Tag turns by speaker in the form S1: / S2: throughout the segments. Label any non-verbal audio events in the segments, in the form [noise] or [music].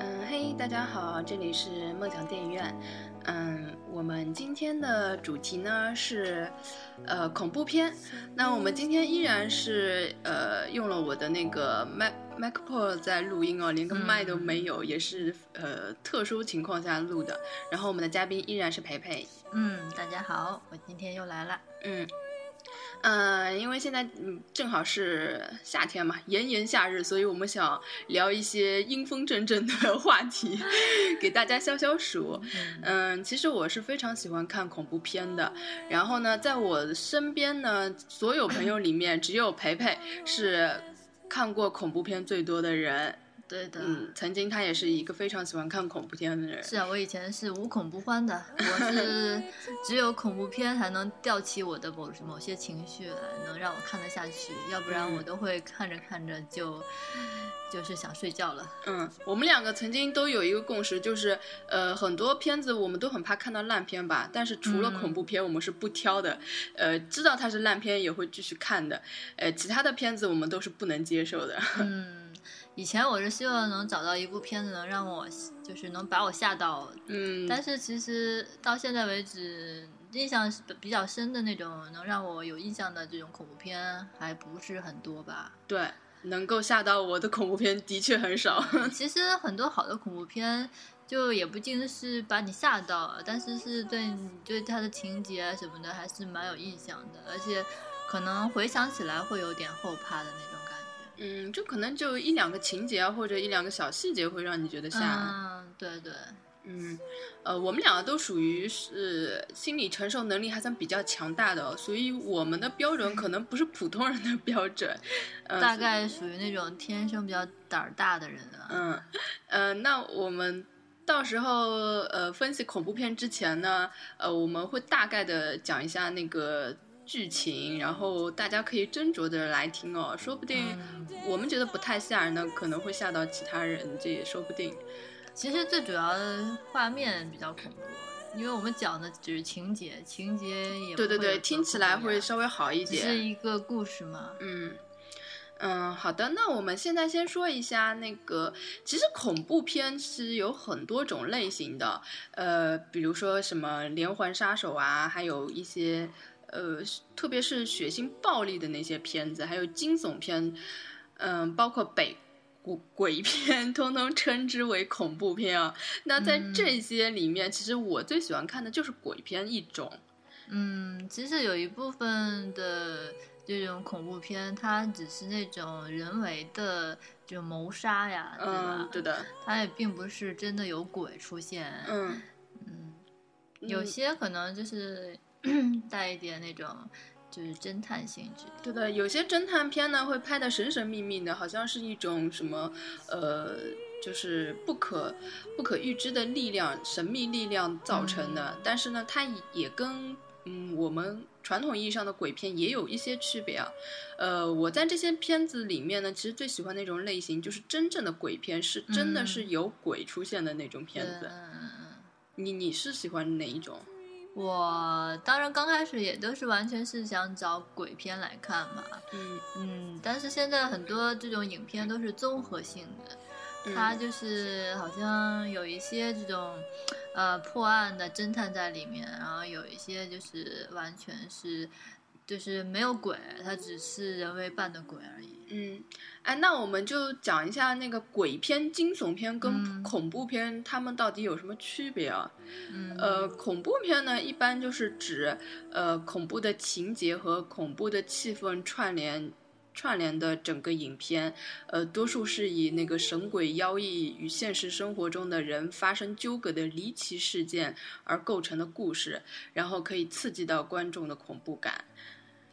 S1: 嗯大家好，这里是梦想电影院。嗯，我们今天的主题呢是，呃，恐怖片。那我们今天依然是呃用了我的那个 Mac Mac Pro 在录音哦，连个麦都没有，也是呃特殊情况下录的。然后我们的嘉宾依然是培培。
S2: 嗯，大家好，我今天又来了。
S1: 嗯。嗯，因为现在嗯正好是夏天嘛，炎炎夏日，所以我们想聊一些阴风阵阵的 [laughs] 话题，给大家消消暑。嗯，其实我是非常喜欢看恐怖片的。然后呢，在我身边呢，所有朋友里面，只有培培是看过恐怖片最多的人。
S2: 对的，
S1: 嗯，曾经他也是一个非常喜欢看恐怖片的人。
S2: 是啊，我以前是无恐不欢的，
S1: [laughs]
S2: 我是只有恐怖片才能吊起我的某某些情绪来，能让我看得下去，要
S1: 嗯
S2: 不然我都会看着看着就就是想睡
S1: [laughs]
S2: 觉了。
S1: 嗯，我们两个曾经都有一个共识，就是呃，很多片子我们都很怕看到烂片吧，但是除了恐怖片，我们是不挑的，呃，知道它是烂片也会继续看的，呃，其他的片子我们都是不能接受的。 [laughs]
S2: 嗯，以前我是希望能找到一部片子能让我就是能把我吓到，
S1: 嗯，
S2: 但是其实到现在为止，印象是比较深的那种能让我有印象的这种恐怖片还不是很多吧。
S1: 对，能够吓到我的恐怖片的确很少。 [laughs]
S2: 其实很多好的恐怖片，就也不尽是把你吓到，啊但是是对你对它的情节啊什么的还是蛮有印象的，而且可能回想起来会有点后怕的那种感觉。
S1: 嗯，就可能就一两个情节啊，或者一两个小细节会让你觉得吓。
S2: 嗯，对对，
S1: 嗯，呃，我们两个都属于是心理承受能力还算比较强大的、哦，所以我们的标准可能不是普通人的标准。呃、
S2: 大概属于那种天生比较胆儿大的人啊。
S1: 嗯，呃，那我们到时候呃分析恐怖片之前呢，呃，我们会大概的讲一下那个剧情，然后大家可以斟酌的来听哦，说不定
S2: 嗯
S1: 我们觉得不太吓人呢，可能会吓到其他人，这也说不定。
S2: 其实最主要的画面比较恐怖。因为我们讲的只是情节，情节也不
S1: 对对
S2: 会有
S1: 对，
S2: 多
S1: 听起
S2: 不
S1: 来
S2: 一
S1: 会
S2: 样
S1: 稍微好一
S2: 只
S1: 点。
S2: 是一个故事嘛。
S1: 嗯，嗯，好的，那我们现在先说一下那个，其实恐怖片是有很多种类型的，呃，比如说什么连环杀手啊，还有一些呃，特别是血腥暴力的那些片子，还有惊悚片，嗯、包括北。古鬼片通通称之为恐怖片啊，那在
S2: 嗯
S1: 这些里面，其实我最喜欢看的就是鬼片一种。
S2: 嗯，其实有一部分的这种恐怖片，它只是那种人为的这种谋杀呀，对
S1: 嗯
S2: 吧，？
S1: 对的，
S2: 它也并不是真的有鬼出现。
S1: 嗯，
S2: 嗯有
S1: 嗯
S2: 些可能就是 [coughs] 带一点那种就是侦探性质。
S1: 对的，有些侦探片呢会拍的神神秘秘的，好像是一种什么，呃，就是不可不可预知的力量、神秘力量造成的。但是呢，它也也跟嗯我们传统意义上的鬼片也有一些区别啊。呃，我在这些片子里面呢，其实最喜欢那种类型，就是真正的鬼片，是真的是
S2: 嗯
S1: 有鬼出现的那种片
S2: 嗯
S1: 子。
S2: 嗯嗯嗯。
S1: 你你是喜欢哪一种？
S2: 我当然刚开始也都是完全是想找鬼片来看嘛，
S1: 嗯，
S2: 嗯，但是现在很多这种影片都是综合性的，
S1: 嗯
S2: 它就是好像有一些这种，呃，破案的侦探在里面，然后有一些就是完全是，就是没有鬼，它只是人为扮的鬼而已。
S1: 嗯，哎，那我们就讲一下那个鬼片、惊悚片跟
S2: 嗯
S1: 恐怖片，它们到底有什么区别啊？
S2: 嗯，
S1: 呃，恐怖片呢，一般就是指呃恐怖的情节和恐怖的气氛串联串联的整个影片，呃，多数是以那个神鬼妖异与现实生活中的人发生纠葛的离奇事件而构成的故事，然后可以刺激到观众的恐怖感。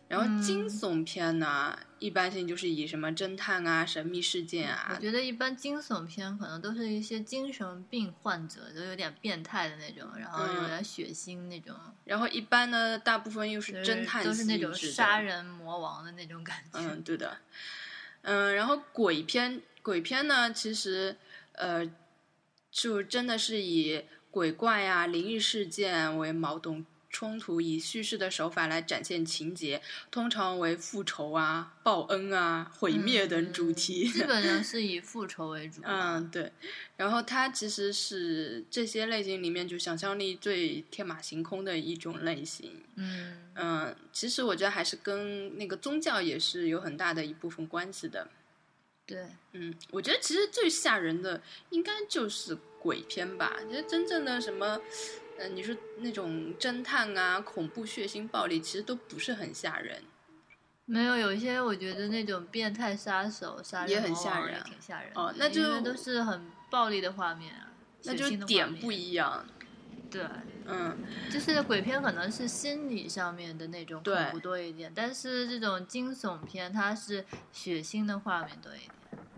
S1: 然后惊
S2: 嗯
S1: 悚片呢，一般性就是以什么侦探啊、神秘事件
S2: 嗯我
S1: 啊，
S2: 觉得一般惊悚片可能都是一些精神病患者，都有点变态的那种，然后有
S1: 嗯
S2: 点血腥那种，
S1: 然后一般呢，大部分又
S2: 就是是
S1: 侦探
S2: 都是那
S1: 性
S2: 种
S1: 质的
S2: 杀人魔王的那种感觉。
S1: 嗯，对的。嗯，然后鬼片，鬼片呢，其实呃，啊就真的是以鬼怪呀、灵异事件为矛盾冲突，以叙事的手法来展现情节，通常为复仇啊、报恩啊、毁灭等主题。
S2: 嗯基本上是以复仇为主。
S1: [laughs] 嗯，对。然后它其实是这些类型里面就想象力最天马行空的一种类型。
S2: 嗯
S1: 嗯，其实我觉得还是跟那个宗教也是有很大的一部分关系的。
S2: 对，
S1: 嗯，我觉得其实最吓人的应该就是鬼片吧。其实真正的什么，呃，你说那种侦探啊、恐怖、血腥、暴力，其实都不是很吓人。
S2: 没有有一些我觉得那种变态杀手杀人
S1: 也很
S2: 魔王
S1: 吓人
S2: 也挺吓人的。
S1: 哦那就
S2: 因为都是很暴力的画面啊，
S1: 那
S2: 血
S1: 就
S2: 腥的画
S1: 点
S2: 面
S1: 不一样。
S2: 对，
S1: 嗯，
S2: 就是鬼片可能是心理上面的那种
S1: 对
S2: 恐怖多一点，但是这种惊悚片它是血腥的画面多一点，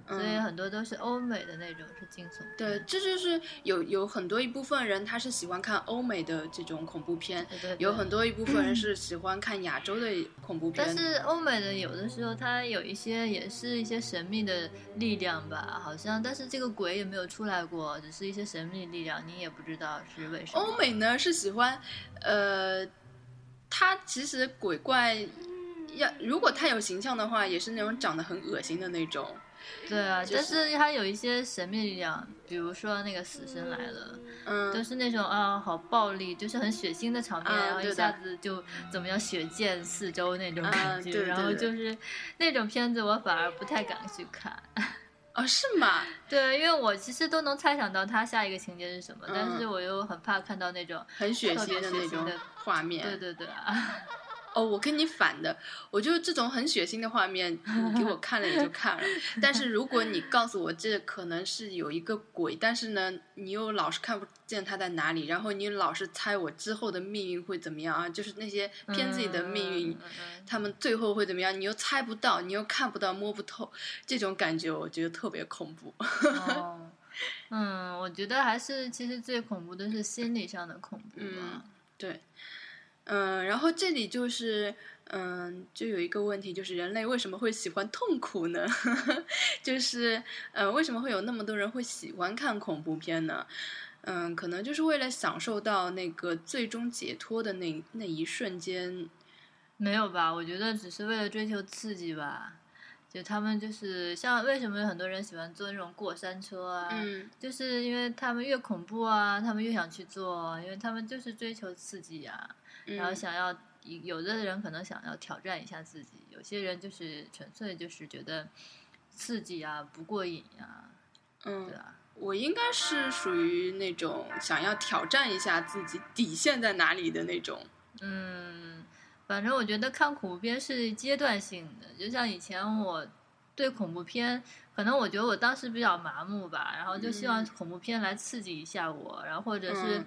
S2: 所以
S1: 嗯
S2: 很多都是欧美的那种是惊悚片。
S1: 对，这就是有有很多一部分人他是喜欢看欧美的这种恐怖片，
S2: 对对对
S1: 有很多一部分人是喜欢看亚洲的恐怖
S2: 但
S1: 片。
S2: 是欧美的有的时候，它有一些也是一些神秘的力量吧，好像，但是这个鬼也没有出来过，只是一些神秘力量，你也不知道是为什么。
S1: 欧美呢是喜欢，呃，他其实鬼怪要如果他有形象的话，也是那种长得很恶心的那种。
S2: 对啊，
S1: 就
S2: 但
S1: 是
S2: 是它有一些神秘力量，比如说那个死神来了，都
S1: 嗯，
S2: 是那种啊好暴力，就是很血腥的场面，
S1: 啊
S2: 然后
S1: 对
S2: 一
S1: 的
S2: 下子就怎么样血溅四周那种
S1: 啊
S2: 感觉，
S1: 对对
S2: 然后
S1: 对
S2: 就是那种片子我反而不太敢去看。
S1: 哦，是吗？
S2: 对，因为我其实都能猜想到它下一个情节是什么，
S1: 嗯
S2: 但是我又很怕看到那种，
S1: 很血腥的
S2: 特别
S1: 那
S2: 血腥
S1: 种
S2: 的
S1: 画面。
S2: 对对对啊， [laughs]
S1: 哦，我跟你反的，我就这种很血腥的画面，你给我看了也就
S2: [laughs]
S1: 看了。但是如果你告诉我这可能是有一个鬼，但是呢，你又老是看不见他在哪里，然后你老是猜我之后的命运会怎么样啊？就是那些骗自己的命运，
S2: 嗯嗯
S1: 他们最后会怎么样？你又猜不到，你又看不到、摸不透，这种感觉我觉得特别恐怖。 [laughs]
S2: 嗯 [laughs] 哦嗯，我觉得还是其实最恐怖的是心理上的恐怖吧
S1: 嗯。对，嗯、然后这里就是，嗯、就有一个问题，就是人类为什么会喜欢痛苦呢？ [laughs] 就是，呃，为什么会有那么多人会喜欢看恐怖片呢？嗯、可能就是为了享受到那个最终解脱的那那一瞬间。
S2: 没有吧？我觉得只是为了追求刺激吧。就他们就是像为什么很多人喜欢坐那种过山车啊，
S1: 嗯，
S2: 就是因为他们越恐怖啊，他们越想去做，因为他们就是追求刺激啊，然后
S1: 嗯
S2: 想要有的人可能想要挑战一下自己，有些人就是纯粹就是觉得刺激啊不过瘾啊，
S1: 嗯
S2: 对，吧？
S1: 我应该是属于那种想要挑战一下自己底线在哪里的那种。
S2: 嗯，反正我觉得看恐怖片是阶段性的，就像以前我对恐怖片，可能我觉得我当时比较麻木吧，然后就希望
S1: 嗯
S2: 恐怖片来刺激一下我，然后或者是
S1: 嗯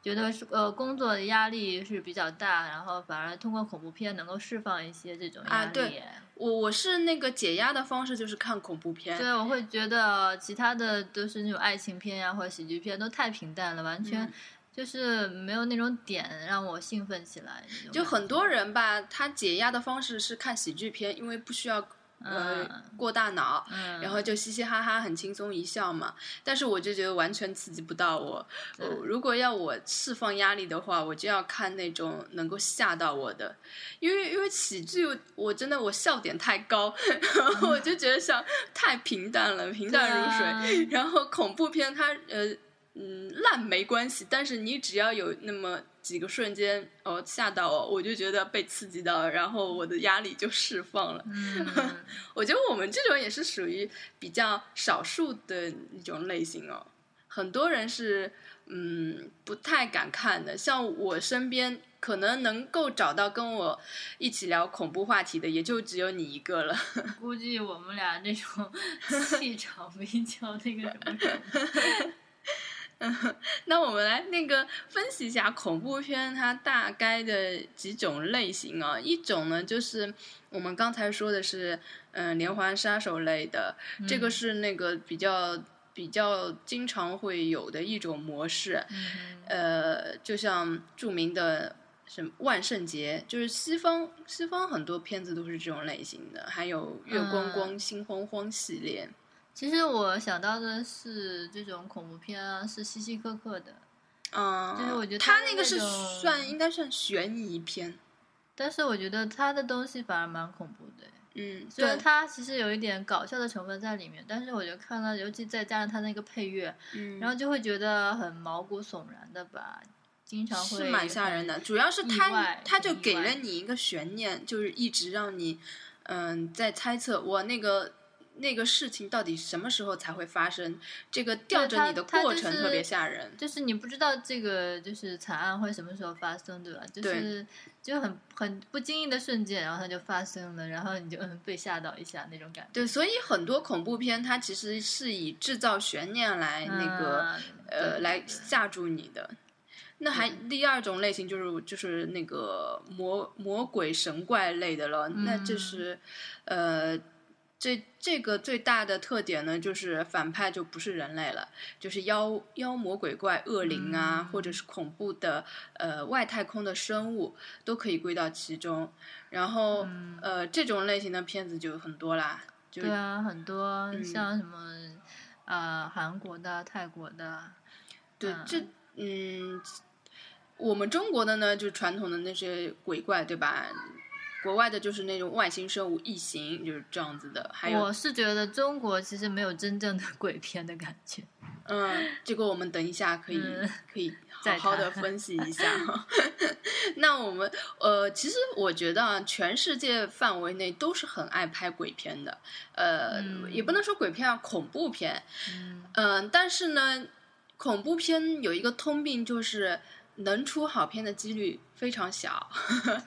S2: 觉得是呃工作的压力是比较大，然后反而通过恐怖片能够释放一些这种
S1: 啊
S2: 压力。
S1: 对我我是那个解压的方式就是看恐怖片。
S2: 对，我啊会觉得其他的都是那种爱情片呀、或者喜剧片都太平淡了，完全
S1: 嗯
S2: 就是没有那种点让我兴奋起来。那种
S1: 就
S2: 感
S1: 很多人吧，他解压的方式是看喜剧片，因为不需要呃、
S2: 嗯
S1: 过大脑，
S2: 嗯，
S1: 然后就嘻嘻哈哈，很轻松一笑嘛。但是我就觉得完全刺激不到我。
S2: 对
S1: 呃如果要我释放压力的话，我就要看那种能够吓到我的，因为因为喜剧我真的我笑点太高， [laughs] 然后我就觉得像太平淡了，平
S2: 对
S1: 淡如水。
S2: 啊
S1: 然后恐怖片它呃嗯烂没关系，但是你只要有那么几个瞬间哦吓到我，我就觉得被刺激到了，然后我的压力就释放 [laughs] 了。
S2: 嗯，
S1: 我觉得我们这种也是属于比较少数的一种类型哦，很多人是嗯不太敢看的，像我身边。可能能够找到跟我一起聊恐怖话题的，也就只有你一个了。
S2: 估计我们俩
S1: [laughs]
S2: 那种气场比较那个什么什么，
S1: [laughs] 那我们来那个分析一下恐怖片它大概的几种类型啊、一种呢就是我们刚才说的是，嗯、连环杀手类的， [laughs]
S2: 嗯
S1: 这个是那个比较比较经常会有的一种模式。
S2: 嗯
S1: 呃，就像著名的什么万圣节，就是西方西方很多片子都是这种类型的，还有月
S2: 嗯
S1: 光光、心慌慌系列。
S2: 其实我想到的是这种恐怖片啊，是希希柯克的，
S1: 嗯，
S2: 就是我觉得
S1: 他
S2: 他的
S1: 那个是
S2: 那种
S1: 算应该算悬疑片，
S2: 但是我觉得他的东西反而蛮恐怖的。
S1: 嗯，
S2: 虽
S1: 对
S2: 然，它其实有一点搞笑的成分在里面，但是我觉得看到，尤其再加上它那个配乐，
S1: 嗯，
S2: 然后就会觉得很毛骨悚然的吧，经常
S1: 是
S2: 会
S1: 蛮吓人的，主要是
S2: 意
S1: 他
S2: 外
S1: 他就
S2: 很意
S1: 给
S2: 外
S1: 了你一个悬念，就是一直让你嗯在猜测我那个那个事情到底什么时候才会发生，这个吊着
S2: 它
S1: 你的
S2: 它
S1: 过
S2: 就
S1: 程特别
S2: 是
S1: 吓人。
S2: 就是你不知道这个就是惨案会什么时候发生，对吧？就是就很很不经意的瞬间，然后它就发生了，然后你就嗯被吓到一下那种感觉。
S1: 对，所以很多恐怖片它其实是以制造悬念来哎那个、
S2: 嗯
S1: 呃
S2: 对
S1: 来
S2: 对
S1: 吓住你的。那还
S2: 嗯
S1: 第二种类型就是就是那个魔魔鬼神怪类的了，那这
S2: 嗯
S1: 是呃。这这个最大的特点呢，就是反派就不是人类了，就是妖妖魔鬼怪、恶灵啊，或者是
S2: 嗯
S1: 恐怖的呃外太空的生物，都可以归到其中。然后、呃，这种类型的片子就很多啦，就嗯
S2: 嗯对啊，很多像什么呃韩国的、泰国的，
S1: 对，
S2: 嗯
S1: 这嗯，我们中国的呢，就传统的那些鬼怪，对吧？国外的就是那种外星生物、异形，就是这样子的。还有，
S2: 我是觉得中国其实没有真正的 [laughs] 鬼片的感觉。
S1: 嗯，这个我们等一下可以、
S2: 嗯
S1: 可以好
S2: [laughs] 再
S1: 好的
S2: 谈
S1: 分析一下。 [laughs] 那我们呃，其实我觉得啊，全世界范围内都是很爱拍鬼片的，呃，
S2: 嗯
S1: 也不能说鬼片啊，恐怖片，
S2: 嗯，
S1: 嗯，但是呢，恐怖片有一个通病，就是能出好片的几率非常小。 [laughs]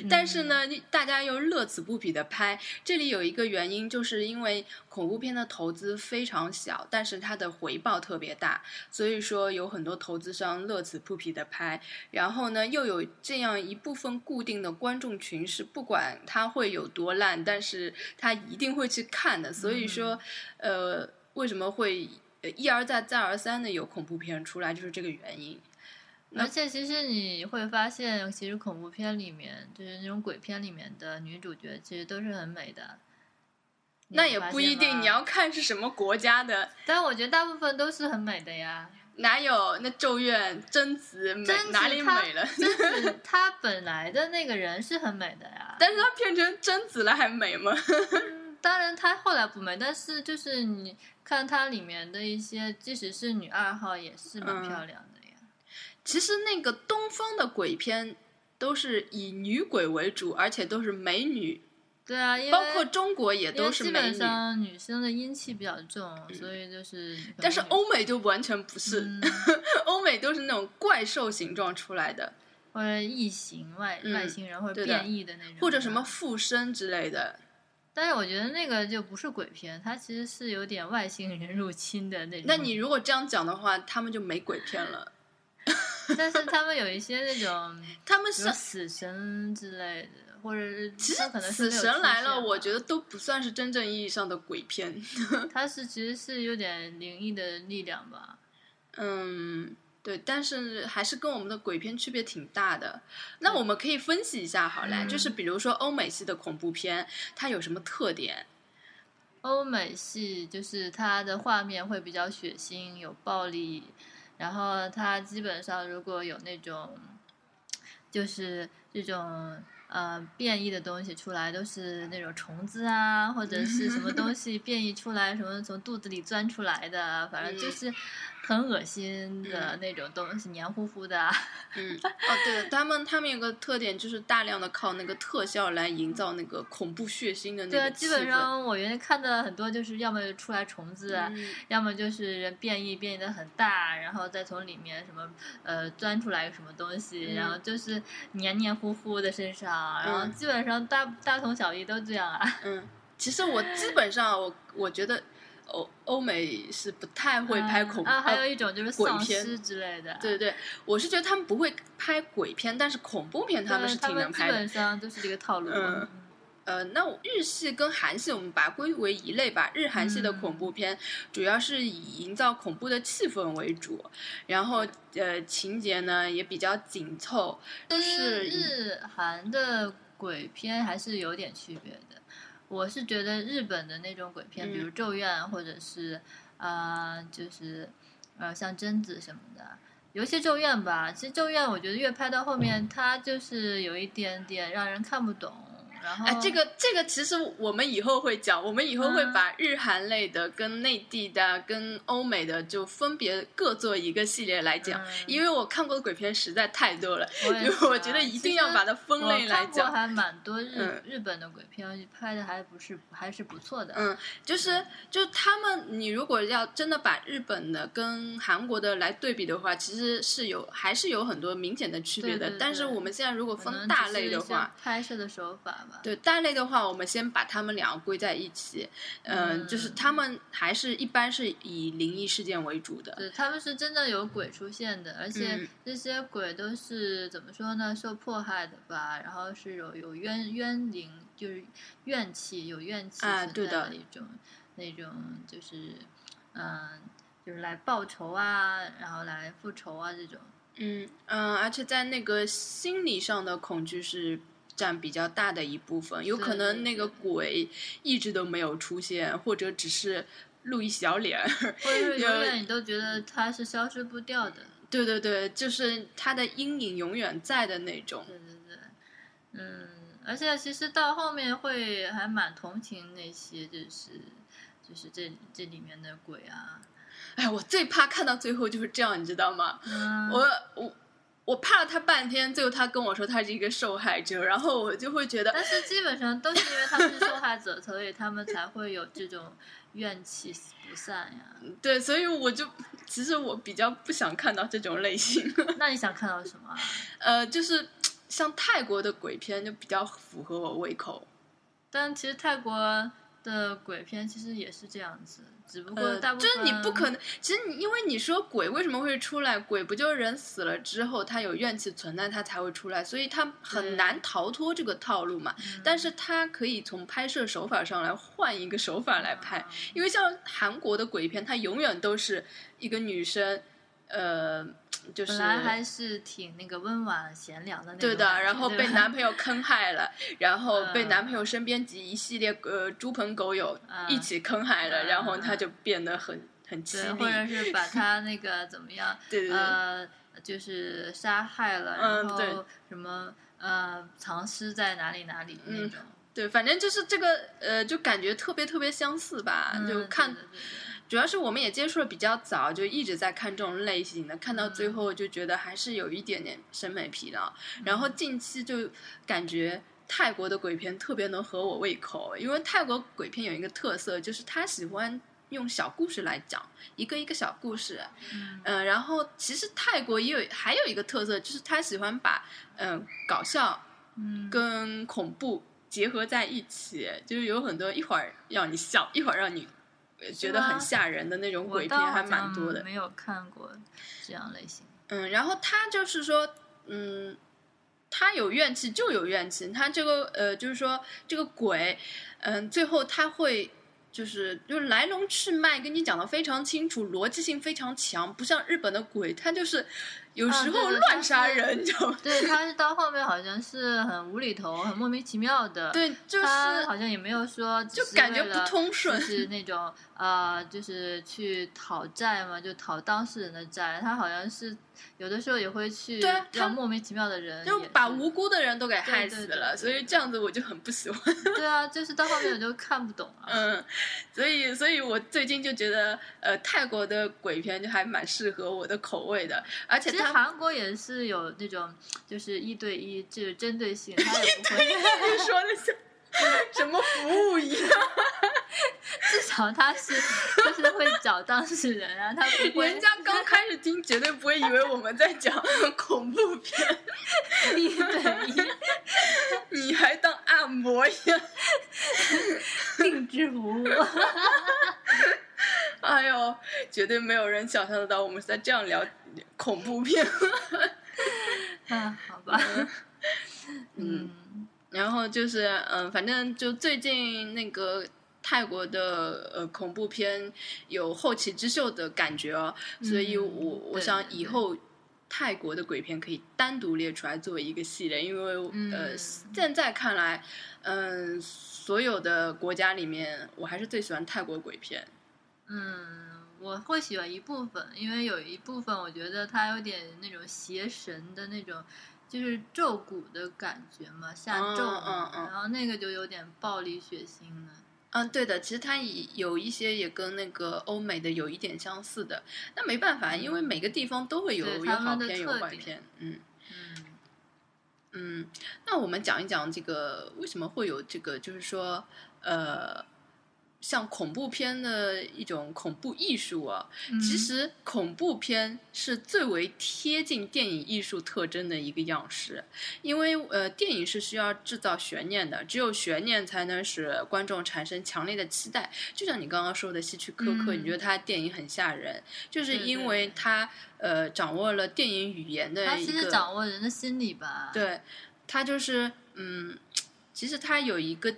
S2: 嗯
S1: 但是呢，大家又乐此不疲的拍。这里有一个原因，就是因为恐怖片的投资非常小，但是它的回报特别大，所以说有很多投资商乐此不疲的拍。然后呢，又有这样一部分固定的观众群是不管它会有多烂，但是他一定会去看的。所以说，
S2: 嗯
S1: 呃，为什么会呃一而再再而三的有恐怖片出来，就是这个原因。
S2: 嗯而且其实你会发现，其实恐怖片里面，就是那种鬼片里面的女主角，其实都是很美的。你
S1: 那
S2: 有
S1: 也
S2: 发
S1: 不
S2: 现
S1: 一定，
S2: 吗
S1: 你要看是什么国家的。
S2: 但我觉得大部分都是很美的呀。
S1: 哪有那咒怨贞子美
S2: 贞子
S1: 哪里
S2: 她
S1: 美了？ [laughs]
S2: 贞 [laughs] 子她本来的那个人是很美的呀，
S1: 但是她变成贞子了还美吗？
S2: 当然，她后来不美，但是就是你看她里面的一些，即使是女二号，也是蛮
S1: 嗯
S2: 漂亮的呀。
S1: [laughs] 其实那个东方的鬼片都是以女鬼为主，而且都是美女，
S2: 对啊，因为
S1: 包括中国也
S2: 因
S1: 都
S2: 为
S1: 是
S2: 基
S1: 美
S2: 本
S1: 女，嗯
S2: 上女生的阴气比较重，所以就是可能
S1: 但是
S2: 女
S1: 欧美就完全不是， [laughs]
S2: 嗯
S1: 欧美都是那种怪兽形状出来的，
S2: 或者异形外
S1: 嗯
S2: 外星人或者
S1: 对的
S2: 变异的那种，
S1: 或者什
S2: 对
S1: 么
S2: 吧。
S1: 附身之类的。
S2: 但是我觉得那个就不是鬼片，它其实是有点外星人入侵的那种。
S1: 那你如果这样讲的话，他们就没鬼片了。
S2: 但是他们有一些那种
S1: 他们
S2: 比
S1: 是
S2: 如死神之类的，或者是
S1: 其实
S2: 它可能是
S1: 死神来了，我觉
S2: 得
S1: 得都不算是真正意义上的鬼片。
S2: 它是其实是有点灵异的力量吧。
S1: 嗯，对，但是还是跟我们的鬼片区别挺大的。那我们可以分析一下好了，
S2: 嗯
S1: 就是比如说欧美系的恐怖片，它有什么特点？
S2: 欧美系就是它的画面会比较血腥，有暴力，然后它基本上如果有那种，就是这种呃变异的东西出来，都是那种虫子啊，或
S1: [laughs]
S2: 者是什么东西变异出来，什么从肚子里钻出来的，反正
S1: 嗯
S2: 就是很恶心的那种东西，黏糊糊的啊。 [laughs]
S1: 嗯，哦，对了，他们他们有个特点就是大量的靠那个特效来营造那个恐怖血腥的那个
S2: 对啊，
S1: 气
S2: 基
S1: 氛
S2: 本上我原来看的很多就是要么出来虫子啊，
S1: 嗯
S2: 要么就是人变异变异的很大，然后再从里面什么呃钻出来个什么东西，
S1: 嗯
S2: 然后就是黏黏糊糊的身上，然后
S1: 嗯
S2: 基本上大大同小异都这样啊。
S1: 嗯，其实我基本上我我觉得欧欧美是不太 [laughs] 会拍恐怖、
S2: [laughs] 啊，还
S1: 呃
S2: 有一种就是
S1: 鬼
S2: 丧
S1: 片
S2: 尸之类的，
S1: 对对，我是觉得他们不会拍鬼片，但是恐怖片
S2: 对，
S1: 他们是挺能
S2: 基
S1: 拍的
S2: 本。上就是这个套路。
S1: 嗯呃，那我日系跟韩系我们把它归为一类吧。日韩系的恐
S2: 嗯
S1: 怖片主要是以营造恐怖的气氛为主，然后呃情节呢也比较紧凑，
S2: 但
S1: 是嗯以
S2: 日韩的鬼片还是有点区别的。我是觉得日本的那种鬼片，
S1: 嗯
S2: 比如《咒怨》或者是啊、呃就是呃像贞子什么的，尤其《咒怨》吧，其实《咒怨》我觉得越拍到后面，它就是有一点点让人看不懂。然后，
S1: 哎，这个这个其实我们以后会讲，我们以后
S2: 嗯
S1: 会把日韩类的、跟内地的、跟欧美的就分别各做一个系列来讲，
S2: 嗯
S1: 因为我看过的鬼片实在太多了，
S2: 我也
S1: 因为
S2: 是
S1: [laughs] 我觉
S2: 啊
S1: 得一定要把它分类来
S2: 其实我看过
S1: 讲。
S2: 还蛮多日、
S1: 嗯
S2: 日本的鬼片拍的还不是还是不错的。
S1: 嗯，就是就他们，你如果要真的把日本的跟韩国的来对比的话，其实是有还是有很多明显的区别的。
S2: 对对对
S1: 但是我们现在如果
S2: 可能
S1: 分
S2: 只
S1: 大
S2: 是
S1: 类
S2: 一
S1: 的
S2: 些
S1: 话，
S2: 拍摄的手法吧。
S1: 对大类的话，我们先把他们俩归在一起，嗯、
S2: 嗯
S1: 就是他们还是一般是以灵异事件为主的，
S2: 对，他们是真的有鬼出现的，而
S1: 嗯
S2: 且这些鬼都是怎么说呢？受迫害的吧，然后是有有冤冤灵，就是怨气，有怨气
S1: 啊
S2: 存
S1: 对
S2: 在
S1: 的
S2: 一种、那种，就是嗯，就是来报仇啊，然后来复仇啊这种。
S1: 嗯嗯、而且在那个心理上的恐惧是占比较大的一部分，有可
S2: 对
S1: 能
S2: 对
S1: 那个
S2: 对
S1: 鬼一直都没有出现，或者只是露一小脸，
S2: 或者是永
S1: 有
S2: 远你都觉得它是消失不掉的。
S1: 对对对，就是他的阴影永远在的那种，
S2: 对对对，嗯，而且其实到后面会还蛮同情那些就是就是这这里面的鬼啊，
S1: 哎，我最怕看到最后就是这样，你知道吗？
S2: 嗯，
S1: 我我我怕了他半天，最后他跟我说他是一个受害者，然后我就会觉得，
S2: 但是基本上都是因为他们是受害者，所以他们才会有这种怨气不散呀。
S1: 对，所以我就其实我比较不想看到这种类型， [laughs]
S2: 那你想看到什么啊？
S1: 呃，就是像泰国的鬼片就比较符合我胃口，
S2: 但其实泰国的鬼片其实也是这样子，只不过
S1: 呃，
S2: 大部
S1: 就
S2: 分、
S1: 是你不可能，其实你因为你说鬼为什么会出来，鬼不就是人死了之后他有怨气存在，他才会出来，所以他很
S2: 对
S1: 难逃脱这个套路嘛。
S2: 嗯，
S1: 但是他可以从拍摄手法上来换一个手法来拍，
S2: 啊
S1: 因为像韩国的鬼片，它永远都是一个女生，呃，就是
S2: 本来还是挺那个温婉贤良的那种
S1: 对
S2: 感觉，
S1: 的，然后
S2: 对
S1: 被
S2: 吧
S1: 男朋友坑害了，然后被
S2: 嗯
S1: 男朋友身边及一系列呃猪朋狗友
S2: 嗯
S1: 一起坑害了，
S2: 嗯
S1: 然后她就变得很很犀
S2: 对，
S1: 利，
S2: 或者是把他那个怎么样，
S1: [laughs] 对对对，
S2: 呃，就是杀害了，
S1: 嗯
S2: 然
S1: 对
S2: 后什么呃藏尸在哪里哪里那
S1: 嗯
S2: 种，
S1: 对，反正就是这个呃，就感觉特别特别相似吧，
S2: 嗯
S1: 就
S2: 对
S1: 看
S2: 对对对
S1: 主要是我们也接触的比较早，就一直在看这种类型的，看到最
S2: 嗯
S1: 后就觉得还是有一点点审美疲劳。然后近期就感觉泰国的鬼片特别能合我胃口，因为泰国鬼片有一个特色，就是他喜欢用小故事来讲，一个一个小故事。
S2: 嗯
S1: 嗯、然后其实泰国也有还有一个特色，就是他喜欢把嗯、搞笑
S2: 嗯，
S1: 跟恐怖结合在一起，就是有很多一会儿让你笑，一会儿让你呃觉得很吓人的那种
S2: 我
S1: 鬼片，
S2: 倒
S1: 还
S2: 好
S1: 蛮
S2: 像
S1: 多的。
S2: 没有看过这样
S1: [laughs]
S2: 类型。
S1: 嗯，然后他就是说，嗯，他有怨气就有怨气，他这个呃，就是说这个鬼，嗯，最后他会。就是就是来龙去脉跟你讲的非常清楚，逻辑性非常强，不像日本的鬼，他就是有
S2: 啊
S1: 时
S2: 对
S1: 候
S2: 对
S1: 乱
S2: 他
S1: 杀
S2: 是
S1: 人，你知 [laughs] 道吗？
S2: 对，他是到后面好像是很无厘头、很莫名其妙的，
S1: 对，就是
S2: 他好像也没有说，只
S1: 就是感觉
S2: 为
S1: 不
S2: 了
S1: 通顺
S2: 就是那种呃，就是去讨债嘛，就讨当事人的债。他好像是有的时候也会去
S1: 对啊他
S2: 让莫名其妙的人
S1: 就
S2: 也
S1: 把
S2: 是
S1: 无辜的人都给害
S2: 对对
S1: 死
S2: 对
S1: 了，
S2: 对
S1: 所以
S2: 对
S1: 这样子我就很不喜欢。 [laughs]
S2: 对啊，就是到后面我就看不懂了。
S1: 嗯，所以所以我最近就觉得，呃，泰国的鬼片就还蛮适合我的口味的，而且
S2: 其实
S1: 它
S2: 韩国也是有那种就是一对一，就是针对性，他也
S1: [laughs]
S2: 不会，
S1: 你说的像 [laughs] 什么服务一样，
S2: 至少他是就是会找当事人啊，他不会
S1: [laughs] 人家刚开始听绝对不会以为我们在讲 [laughs] 恐怖片，
S2: 一对一
S1: 你还当按摩一样，
S2: 定制服务。
S1: 哎呦，绝对没有人想象得到我们是在这样聊恐怖片。
S2: 嗯，好吧，
S1: 嗯
S2: 嗯。
S1: 然后就是，嗯、反正就最近那个泰国的呃恐怖片有后起之秀的感觉哦，所以我
S2: 嗯
S1: 我
S2: 对
S1: 想
S2: 对
S1: 以
S2: 对
S1: 后泰国的鬼片可以单独列出来作为一个系列，因为、呃
S2: 嗯
S1: 现在看来，嗯、所有的国家里面，我还是最喜欢泰国鬼片。
S2: 嗯，我会喜欢一部分，因为有一部分我觉得它有点那种邪神的那种，就是咒蛊的感觉嘛，下咒
S1: 嗯嗯
S2: 嘛，
S1: 嗯
S2: 然后那个就有点暴力血腥了。
S1: 嗯，对的，其实它也有一些也跟那个欧美的有一点相似的，那没办法，因为每个地方都会有
S2: 对
S1: 有
S2: 他们
S1: 好
S2: 的
S1: 片有
S2: 特
S1: 坏
S2: 点
S1: 片，嗯
S2: 嗯，
S1: 嗯。那我们讲一讲这个为什么会有这个，就是说呃，像恐怖片的一种恐怖艺术啊，
S2: 嗯
S1: 其实恐怖片是最为贴近电影艺术特征的一个样式，因为呃，电影是需要制造悬念的，只有悬念才能使观众产生强烈的期待。就像你刚刚说的希区柯克，
S2: 嗯
S1: 你觉得他电影很吓人，就是
S2: 对对
S1: 因为
S2: 对
S1: 他呃掌握了电影语言的一个
S2: 它其实掌握人的心理吧。，
S1: 对，它就是嗯，其实它有一个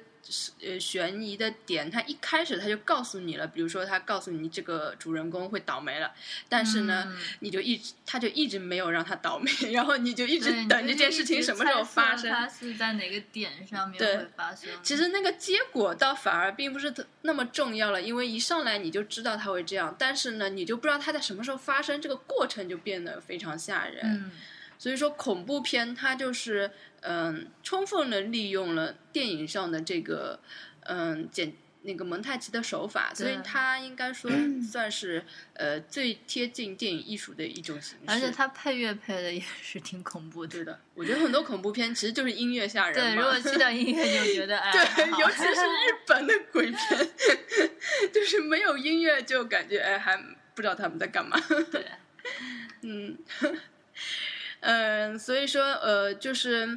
S1: 呃悬疑的点，它一开始它就告诉你了，比如说它告诉你这个主人公会倒霉了，但是呢，
S2: 嗯
S1: 你就一直他就一直没有让他倒霉， [laughs] 然后你就一直
S2: 对你
S1: 等
S2: 就
S1: 这
S2: 一
S1: 件事情
S2: 直
S1: 什么
S2: 猜
S1: 时候
S2: 测
S1: 发生。
S2: 它是在哪个点上面
S1: 对
S2: 会发生？
S1: 其实那个结果倒反而并不是特那么重要了，因为一上来你就知道他会这样，但是呢，你就不知道他在什么时候发生，这个过程就变得非常吓人。
S2: 嗯，
S1: 所以说，恐怖片它就是嗯，充分的利用了电影上的这个嗯剪那个蒙太奇的手法，所以
S2: 对嗯
S1: 它应该说算是呃最贴近电影艺术的一种形式。
S2: 而且它配乐配的也是挺恐怖的。
S1: 对嗯的，我觉得很多恐怖片其实就是音乐吓人
S2: 对，
S1: 嘛。
S2: 如果去掉音乐，就觉得哎，
S1: 对，
S2: 好
S1: 尤其是日本的鬼片，就是没有音乐就感觉哎，还不知道他们在干嘛。
S2: 对，
S1: [laughs] 嗯，嗯，所以说，呃，就是，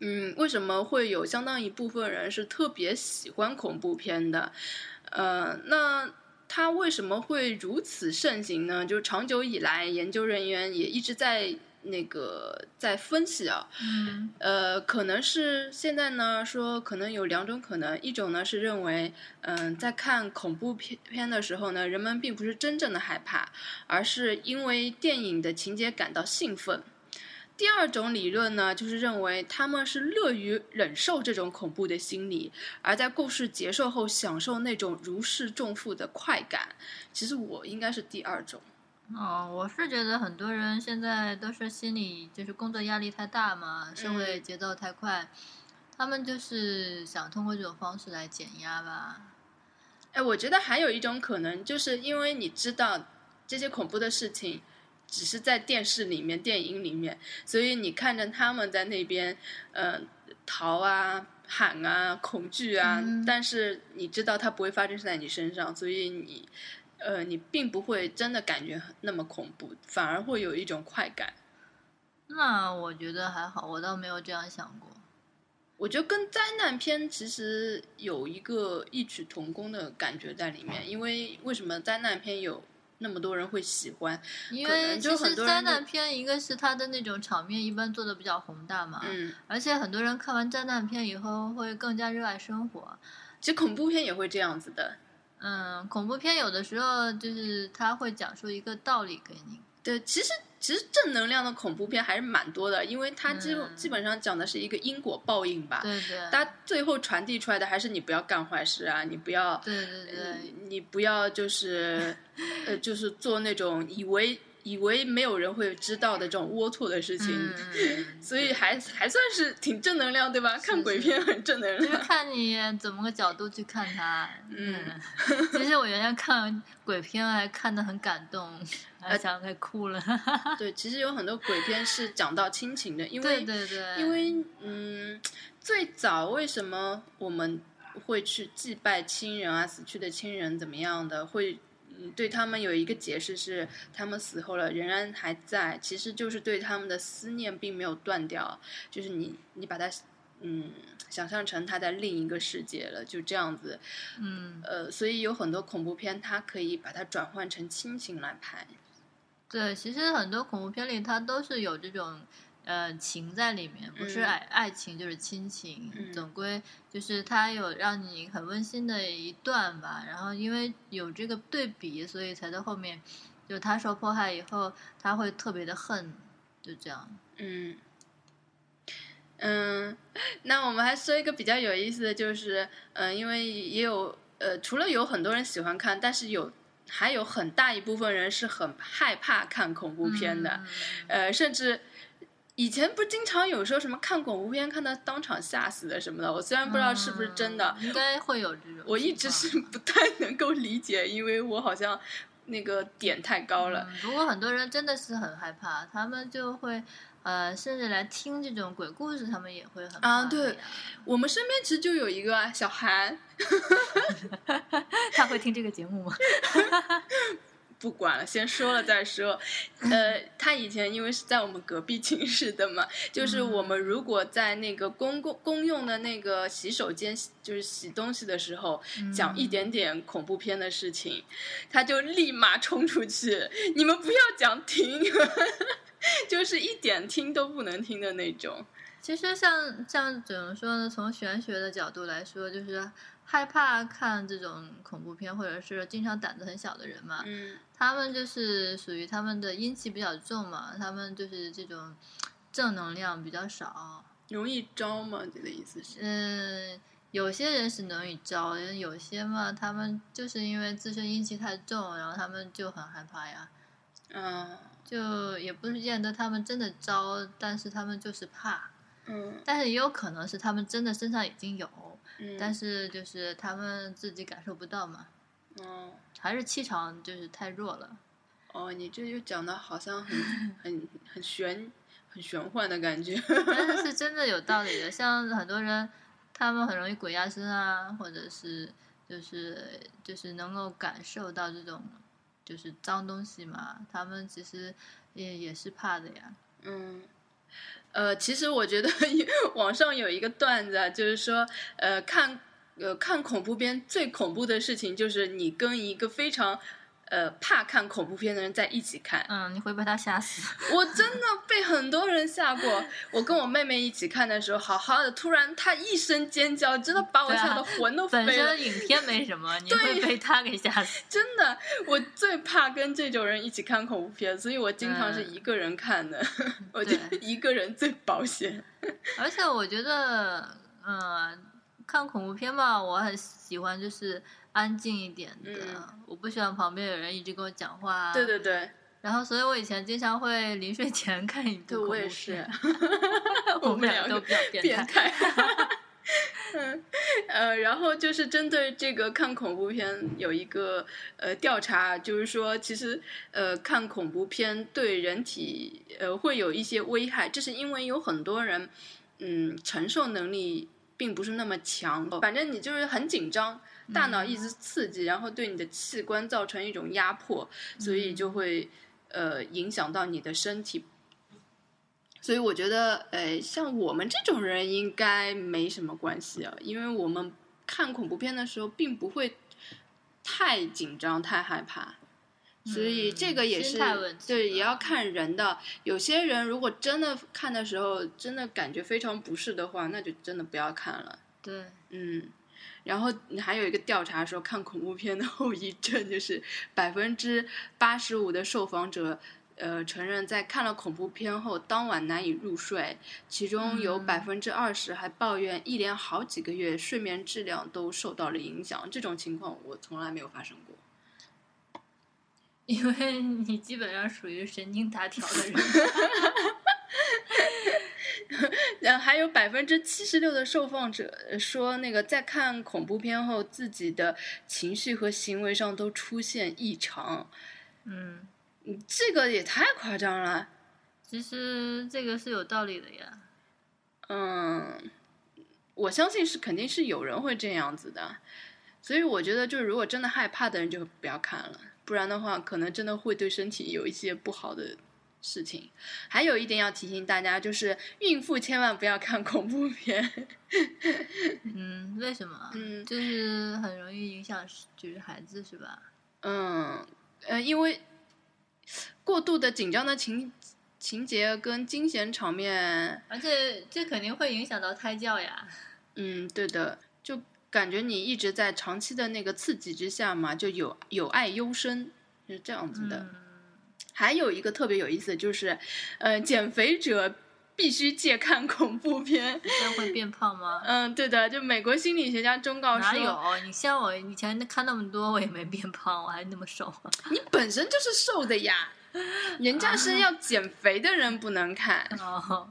S1: 嗯，为什么会有相当一部分人是特别喜欢恐怖片的？呃，那它为什么会如此盛行呢？就是长久以来，研究人员也一直在那个在分析啊，
S2: [laughs] 嗯
S1: 呃，可能是现在呢，说可能有两种可能，一种呢是认为，嗯、在看恐怖片片的时候呢，人们并不是真正的害怕，而是因为电影的情节感到兴奋。第二种理论呢，就是认为他们是乐于忍受这种恐怖的心理，而在故事结束后享受那种如释重负的快感。其实我应该是第二种，
S2: 哦，我是觉得很多人现在都是心理就是工作压力太大嘛，社
S1: 嗯
S2: 会节奏太快，他们就是想通过这种方式来减压吧。
S1: 哎，我觉得还有一种可能，就是因为你知道这些恐怖的事情只是在电视里面、电影里面，所以你看着他们在那边，呃，逃啊、喊啊、恐惧啊，
S2: 嗯
S1: 但是你知道它不会发生在你身上，所以你，呃，你并不会真的感觉很那么恐怖，反而会有一种快感。
S2: 那我觉得还好，我倒没有这样想过。
S1: 我觉得跟灾难片其实有一个异曲同工的感觉在里面，因为为什么灾难片有那么多人会喜欢？
S2: 因
S1: 可
S2: 为
S1: 能
S2: 其
S1: 就很
S2: 实
S1: 多
S2: 灾
S1: 人就
S2: 难片，一个是它的那种场面一般做的比较宏大嘛，
S1: 嗯，
S2: 而且很多人看完灾难片以后会更加热爱生活。
S1: 其实恐怖片也会这样子的。
S2: 嗯，恐怖片有的时候就是它会讲述一个道理给你。
S1: 对，其实其实正能量的恐怖片还是蛮多的，因为它基本、
S2: 嗯
S1: 基本上讲的是一个因果报应吧。
S2: 对对，
S1: 它最后传递出来的还是你不要干坏事啊，你不要，
S2: 对对
S1: [laughs]
S2: 对，
S1: 嗯你不要就是呃，就是做那种以为以为没有人会知道的这种龌龊的事情。
S2: 嗯嗯，
S1: 所以还还算是挺正能量，对吧？看鬼片很正能
S2: 就是
S1: 量。
S2: [laughs] 看你怎么个角度去看它。
S1: 嗯，
S2: 其实我原来看鬼片还看得很感动，
S1: 呃
S2: 还想给哭了。
S1: 对，其实有很多鬼片是讲到亲情的，因为
S2: 对对对，
S1: 因为嗯，最早为什么我们会去祭拜亲人啊，死去的亲人怎么样的，会嗯对他们有一个解释是，他们死后了仍然还在，其实就是对他们的思念并没有断掉，就是你你把它嗯想象成他在另一个世界了，就这样子，
S2: 嗯。
S1: 呃，所以有很多恐怖片，它可以把它转换成亲情来拍。
S2: 对，其实很多恐怖片里它都是有这种呃情在里面，不是
S1: 嗯
S2: 爱、爱情就是亲情，
S1: 嗯
S2: 总归就是它有让你很温馨的一段吧。然后因为有这个对比，所以才在后面，就他受迫害以后，他会特别的恨，就这样。
S1: 嗯嗯，那我们还说一个比较有意思的，就是嗯、呃因为也有呃，除了有很多人喜欢看，但是有还有很大一部分人是很害怕看恐怖片的，
S2: 嗯
S1: 呃，甚至以前不经常有时候什么看恐怖片看到当场吓死的什么的，我虽然不知道是不是真的，
S2: 嗯应该会有这种情况。
S1: 我一直是不太能够理解，因为我好像那个点太高了。
S2: 嗯。不过很多人真的是很害怕，他们就会呃，甚至来听这种鬼故事，他们也会很
S1: 啊
S2: 怕
S1: 对
S2: 的呀，
S1: 我们身边其实就有一个啊小韩，
S2: 他会听这个节目吗？ [laughs]
S1: 不管了，先说了再说。呃，他以前因为是在我们隔壁寝室的嘛，就是我们如果在那个公共公用的那个洗手间，就是洗东西的时候，讲一点点恐怖片的事情，他就立马冲出去，你们不要讲停，就是一点听都不能听的那种。
S2: 其实像像怎么说呢？从玄学的角度来说，就是害怕看这种恐怖片，或者是经常胆子很小的人嘛，
S1: 嗯
S2: 他们就是属于他们的阴气比较重嘛，他们就是这种正能量比较少。
S1: 容易招吗？你的意思是？
S2: 嗯，有些人是能以招，有些嘛，他们就是因为自身阴气太重，然后他们就很害怕呀。
S1: 嗯
S2: 就也不是见得他们真的招，但是他们就是怕，
S1: 嗯
S2: 但是也有可能是他们真的身上已经有，
S1: 嗯，
S2: 但是就是他们自己感受不到嘛，
S1: 嗯。
S2: 还是气场就是太弱了。 [laughs]
S1: 哦，你这就讲的好像很很很玄、很玄幻的感
S2: [laughs]
S1: 觉。
S2: 但是是真的有道理的，像很多人，他们很容易鬼压身啊，或者是就是就是能够感受到这种就是脏东西嘛，他们其实也也是怕的呀。
S1: 嗯，呃，其实我觉得网上有 [laughs] 一个段子，啊，就是说，呃，看呃看恐怖片最恐怖的事情就是你跟一个非常。呃，怕看恐怖片的人在一起看，
S2: 嗯，你会被他吓死。 [laughs]
S1: 我真的被很多人吓过。我跟我妹妹一起看的时候，好好的，突然她一声尖叫，真的把我
S2: 对啊
S1: 吓得魂都飞
S2: 本
S1: 了。
S2: 身影片没什么，你
S1: 对
S2: 会被他给吓死。
S1: 真的，我最怕跟这种人一起看恐怖片，所以我经常是一个人看的。 [laughs] 我觉得一个人最保险。
S2: 而且我觉得，嗯，看恐怖片吧，我很喜欢就是安静一点的，
S1: 嗯
S2: 我不喜欢旁边有人一直跟我讲话啊。
S1: 对对对，
S2: 然后，所以我以前经常会临睡前看一部
S1: 对
S2: 恐怖
S1: 我也
S2: 片， [laughs]
S1: 是
S2: 我
S1: 我们
S2: 们
S1: 两个
S2: 俩都比较
S1: 变
S2: 态。
S1: 态。 [laughs] 嗯，呃，然后就是针对这个看恐怖片有一个呃调查，就是说其实呃看恐怖片对人体呃会有一些危害，这是因为有很多人嗯承受能力并不是那么强，反正你就是很紧张，大脑一直刺激，然后对你的器官造成一种压迫，所以
S2: 嗯
S1: 就会呃影响到你的身体。所以我觉得，呃，像我们这种人应该没什么关系啊，因为我们看恐怖片的时候并不会太紧张、太害怕，所以这个也是、
S2: 嗯心态问题啊
S1: 对，
S2: 吧
S1: 也要看人的。有些人如果真的看的时候真的感觉非常不适的话，那就真的不要看了。
S2: 对，
S1: 嗯，然后还有一个调查说，看恐怖片的后遗症就是百分之八十五的受访者，呃，承认在看了恐怖片后当晚难以入睡，其中有百分之二十还抱怨一连好几个月睡眠质量都受到了影响。这种情况我从来没有发生过。
S2: 因为你基本上属于神经大条
S1: [laughs]
S2: 的人，
S1: 呃，还有百分之七十六的受访者呃说，那个在看恐怖片后，自己的情绪和行为上都出现异常，
S2: 嗯，
S1: 嗯这个也太夸张了。
S2: 其实这个是有道理的呀。
S1: 嗯，我相信是肯定是有人会这样子的，所以我觉得就是如果真的害怕的人就不要看了，不然的话可能真的会对身体有一些不好的事情。还有一点要提醒大家，就是孕妇千万不要看恐怖片。 [laughs]
S2: 嗯，为什么？
S1: 嗯
S2: 就是很容易影响就是孩子是吧？
S1: 嗯，呃，因为过度的紧张的情情节跟惊险场面，
S2: 而且这肯定会影响到胎教呀。
S1: 嗯，对的，就感觉你一直在长期的那个刺激之下嘛，就有有爱优生，是这样子的。
S2: 嗯，
S1: 还有一个特别有意思，就是，呃，减肥者必须戒看恐怖片。
S2: 这样会变胖吗？ [laughs]
S1: 嗯，对的，就美国心理学家忠告
S2: 哪
S1: 说，
S2: 有？你像我以前看那么多，我也没变胖，我还那么 [laughs] 瘦。
S1: 你本身就是瘦的
S2: [laughs]
S1: 呀，人家
S2: 啊
S1: 是要减肥的人不能看。
S2: 哦，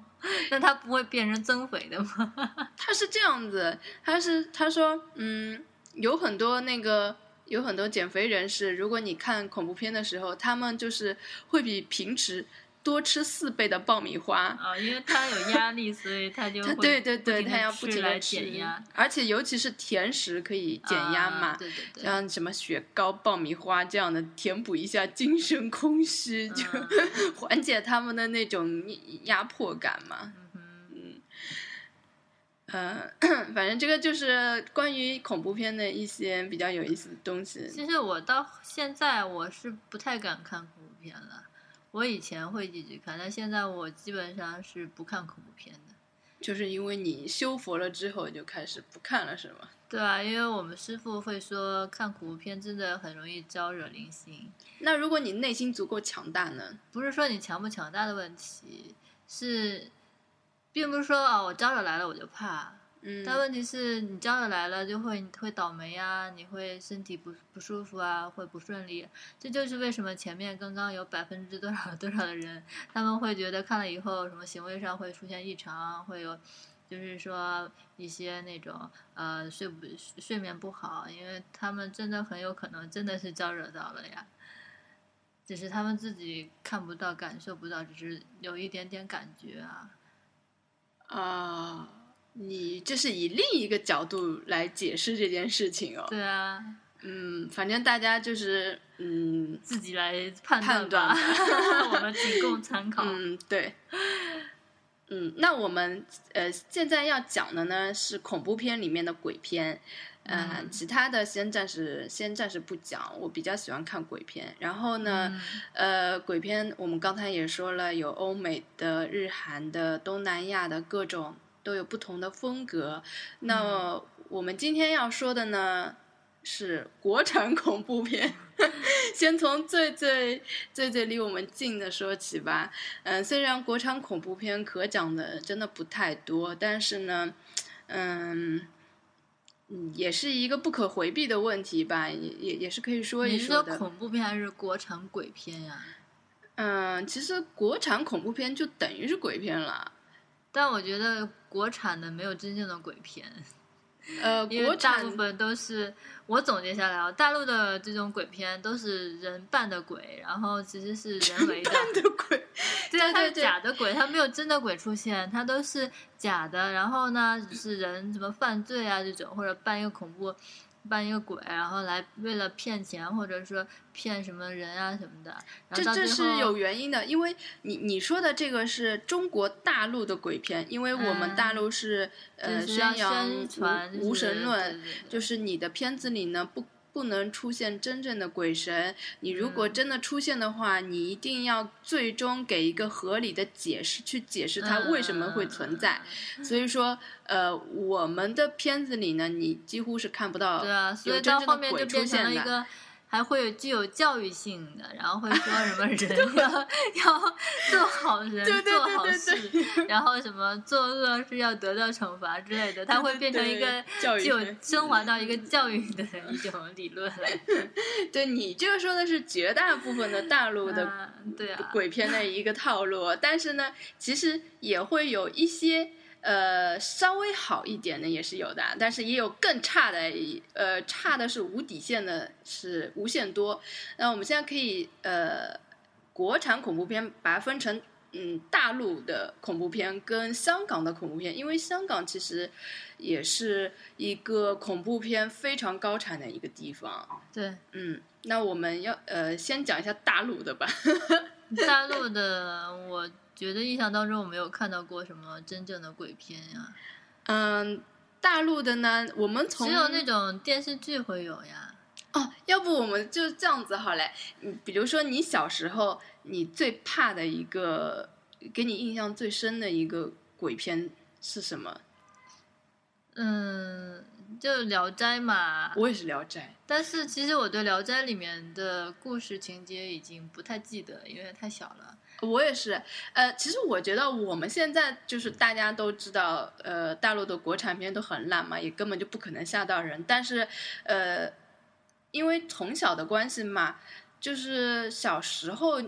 S2: 那它不会变成增肥的吗？
S1: 他是这样子，他是他说，嗯，有很多那个有很多减肥人士，如果你看恐怖片的时候，他们就是会比平时多吃四倍的爆米花。
S2: 啊、因为它有压力，所以它就
S1: 他
S2: 会
S1: 对对对，
S2: 不停地
S1: 他要
S2: 吃
S1: 不停
S2: 来
S1: 的
S2: 减压，
S1: 而且尤其是甜食可以减压嘛，
S2: 啊对对对，
S1: 像什么雪糕、爆米花这样的，填补一下精神空虚，就、[laughs]
S2: 嗯
S1: 缓解他们的那种压迫感嘛。
S2: 嗯哼
S1: 呃，反正这个就是关于恐怖片的一些比较有意思的东西。
S2: 其实我到现在我是不太敢看恐怖片了。我以前会一直看，但现在我基本上是不看恐怖片的。
S1: 就是因为你修佛了之后就开始不看了，是吗？
S2: 对啊，因为我们师傅会说，看恐怖片真的很容易招惹灵性。
S1: 那如果你内心足够强大呢？
S2: 不是说你强不强大的问题，是，并不是说啊、我招惹来了我就怕，
S1: 嗯，
S2: 但问题是你招惹来了就会你会倒霉啊，你会身体不不舒服啊，会不顺利。这就是为什么前面刚刚有百分之多少多少的人，他们会觉得看了以后什么行为上会出现异常，会有。就是说一些那种呃睡不睡眠不好，因为他们真的很有可能真的是招惹到了呀，只是他们自己看不到、感受不到，只是有一点点感觉啊。
S1: 啊、你这是以另一个角度来解释这件事情哦。
S2: 对啊，
S1: 嗯，反正大家就是嗯
S2: 自己来判
S1: 判
S2: 吧，
S1: 断
S2: [laughs] 我们仅供参考。
S1: 嗯，对。 [laughs] 嗯，那我们呃现在要讲的呢是恐怖片里面的鬼片，呃，
S2: 嗯
S1: 其他的先暂时先暂时不讲。我比较喜欢看鬼片，然后呢，
S2: 嗯
S1: 呃，鬼片我们刚才也说了，有欧美的、日韩的、东南亚的各种都有不同的风格。那
S2: 嗯
S1: 我们今天要说的呢是国产恐怖片。 [laughs] 先从最最最最离我们近的说起吧。嗯、虽然国产恐怖片可讲的真的不太多，但是呢，嗯。嗯，也是一个不可回避的问题吧，也也也是可以说一
S2: 你是说
S1: 说的。
S2: 恐怖片还是国产鬼片呀、
S1: 嗯，其实国产恐怖片就等于是鬼片了。
S2: 但我觉得国产的没有真正的鬼片，
S1: 呃，
S2: 因为
S1: 国
S2: 大
S1: 产
S2: 部分都是我总结下来啊，大陆的这种鬼片都是人扮的鬼，然后其实是人
S1: [laughs]
S2: 为的，
S1: 看的鬼，
S2: 对啊，它
S1: 对
S2: 是
S1: 对
S2: 假的鬼，它没有真的鬼出现，它都是假的。然后呢，是人什么犯罪啊这种，或者扮一个恐怖，扮一个鬼，然后来为了骗钱，或者说骗什么人啊什么的。然
S1: 这
S2: 后到
S1: 这
S2: 最
S1: 是
S2: 后
S1: 有原因的，因为你你说的这个是中国大陆的鬼片，因为我们
S2: 嗯
S1: 大陆是、呃
S2: 就是要
S1: 宣扬
S2: 宣传
S1: 无无神论，，
S2: 就
S1: 就是是你的片子里呢不。不能出现真正的鬼神，你如果
S2: 嗯
S1: 真的出现的话，你一定要最终给一个合理的解释，去解释
S2: 对对对
S1: 它为什么会存在。所以说，呃，我们的片子里呢，你几乎是看不到。
S2: 对啊，所以
S1: 有真
S2: 到
S1: 正
S2: 后
S1: 的
S2: 面
S1: 鬼
S2: 就变
S1: 出
S2: 成了
S1: 现
S2: 一
S1: 的
S2: 个。
S1: [laughs]
S2: 还会有具有教育性的，然后会说
S1: [laughs]
S2: 什么人要 [laughs] 要做好人、
S1: 对对
S2: 做好
S1: 对
S2: 事，
S1: 对 [laughs] 对，
S2: 然后什么作恶是要得到惩罚之
S1: [laughs]
S2: 类的，它会变成一个
S1: 对教育
S2: 具有
S1: 学
S2: 升华到一个教育的一种理论
S1: [laughs]
S2: 来。
S1: 对你这个说的是绝大部分的大陆的
S2: 啊对啊，
S1: 鬼片的一个套路，但是呢，其实也会有一些。呃，稍微好一点的也是有的，啊但是也有更差的，呃，差的是无底线的，是无限多。那我们现在可以，呃，国产恐怖片把它分成，嗯，大陆的恐怖片跟香港的恐怖片，因为香港其实也是一个恐怖片非常高产的一个地方。
S2: 对
S1: 嗯，那我们要呃先讲一下大陆的吧。
S2: 大陆的，我觉得印象当中我没有看到过什么真正的鬼片呀，
S1: 嗯，大陆的呢，我们从
S2: 只有那种电视剧会有呀。
S1: 哦，要不我们就这样子好嘞。你比如说你小时候你最怕的一个，给你印象最深的一个鬼片是什么？
S2: 嗯，就《聊斋》嘛，
S1: 我也是《聊斋》。
S2: 但是其实我对《聊斋》里面的故事情节已经不太记得，因为太小了。
S1: 我也是，呃，其实我觉得我们现在就是大家都知道，呃，大陆的国产片都很烂嘛，也根本就不可能吓到人。但是，呃，因为从小的关系嘛，就是小时候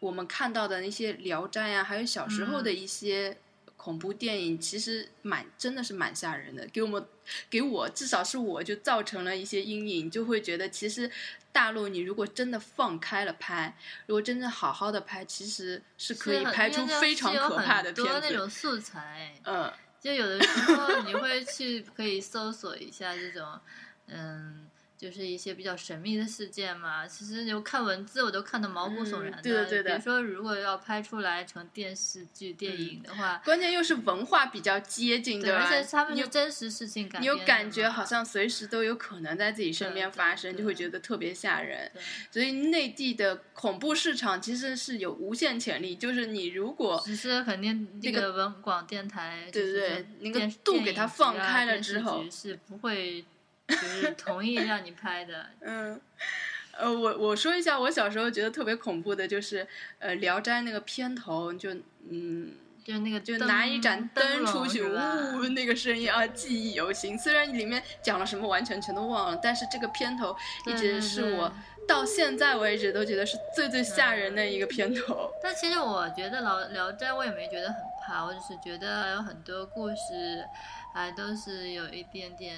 S1: 我们看到的那些《聊斋》啊，还有小时候的一些恐怖电影，其实蛮真的是蛮吓人的，给我们给我至少是我就造成了一些阴影，就会觉得其实大陆你如果真的放开了拍，如果真正好好的拍，其实是可以
S2: 是很
S1: 拍
S2: 因为
S1: 出
S2: 那
S1: 非常
S2: 是有
S1: 可怕的片
S2: 很多那
S1: 子。
S2: 种素材，
S1: 嗯，
S2: [laughs] 就有的时候你会去可以搜索一下这种，嗯，就是一些比较神秘的事件嘛。其实有看文字我都看得毛骨悚
S1: 嗯
S2: 然的。
S1: 对的对的
S2: 比如说，如果要拍出来成电视剧、电影的话，
S1: 关键又是文化比较接近，
S2: 对，
S1: 吧？
S2: 而且他们
S1: 你
S2: 是
S1: 有
S2: 真实事情改
S1: 你
S2: 编
S1: 有
S2: 的嘛，
S1: 感觉好像随时都有可能在自己身边
S2: 对
S1: 发生，
S2: 对
S1: 就会觉得特别吓人。
S2: 对
S1: 所以内地的恐怖市场其实是有无限潜力，就是你如果
S2: 只是肯定那
S1: 那个
S2: 个文广电台，
S1: 对
S2: 就是
S1: 对那个
S2: 电
S1: 度
S2: 电
S1: 给
S2: 影
S1: 它
S2: 局
S1: 放
S2: 啊
S1: 开了
S2: 电
S1: 之
S2: 视
S1: 后
S2: 局是不会就是同意让你拍的。
S1: 嗯。呃，我我说一下，我小时候觉得特别恐怖的，就是呃，《聊斋》那个片头，就嗯，
S2: 就是那个
S1: 就
S2: 灯
S1: 拿一盏灯
S2: 笼
S1: 出去，
S2: 是
S1: 呜、
S2: 吧
S1: 那个声音啊，记忆犹新。虽然里面讲了什么，完全全都忘了，但是这个片头一
S2: 对
S1: 直
S2: 对
S1: 是
S2: 对
S1: 我到现在为止都觉得是最最吓人的一个片头。
S2: 但其实我觉得老《聊斋》，我也没觉得很怕，我只是觉得有很多故事，还都是有一点点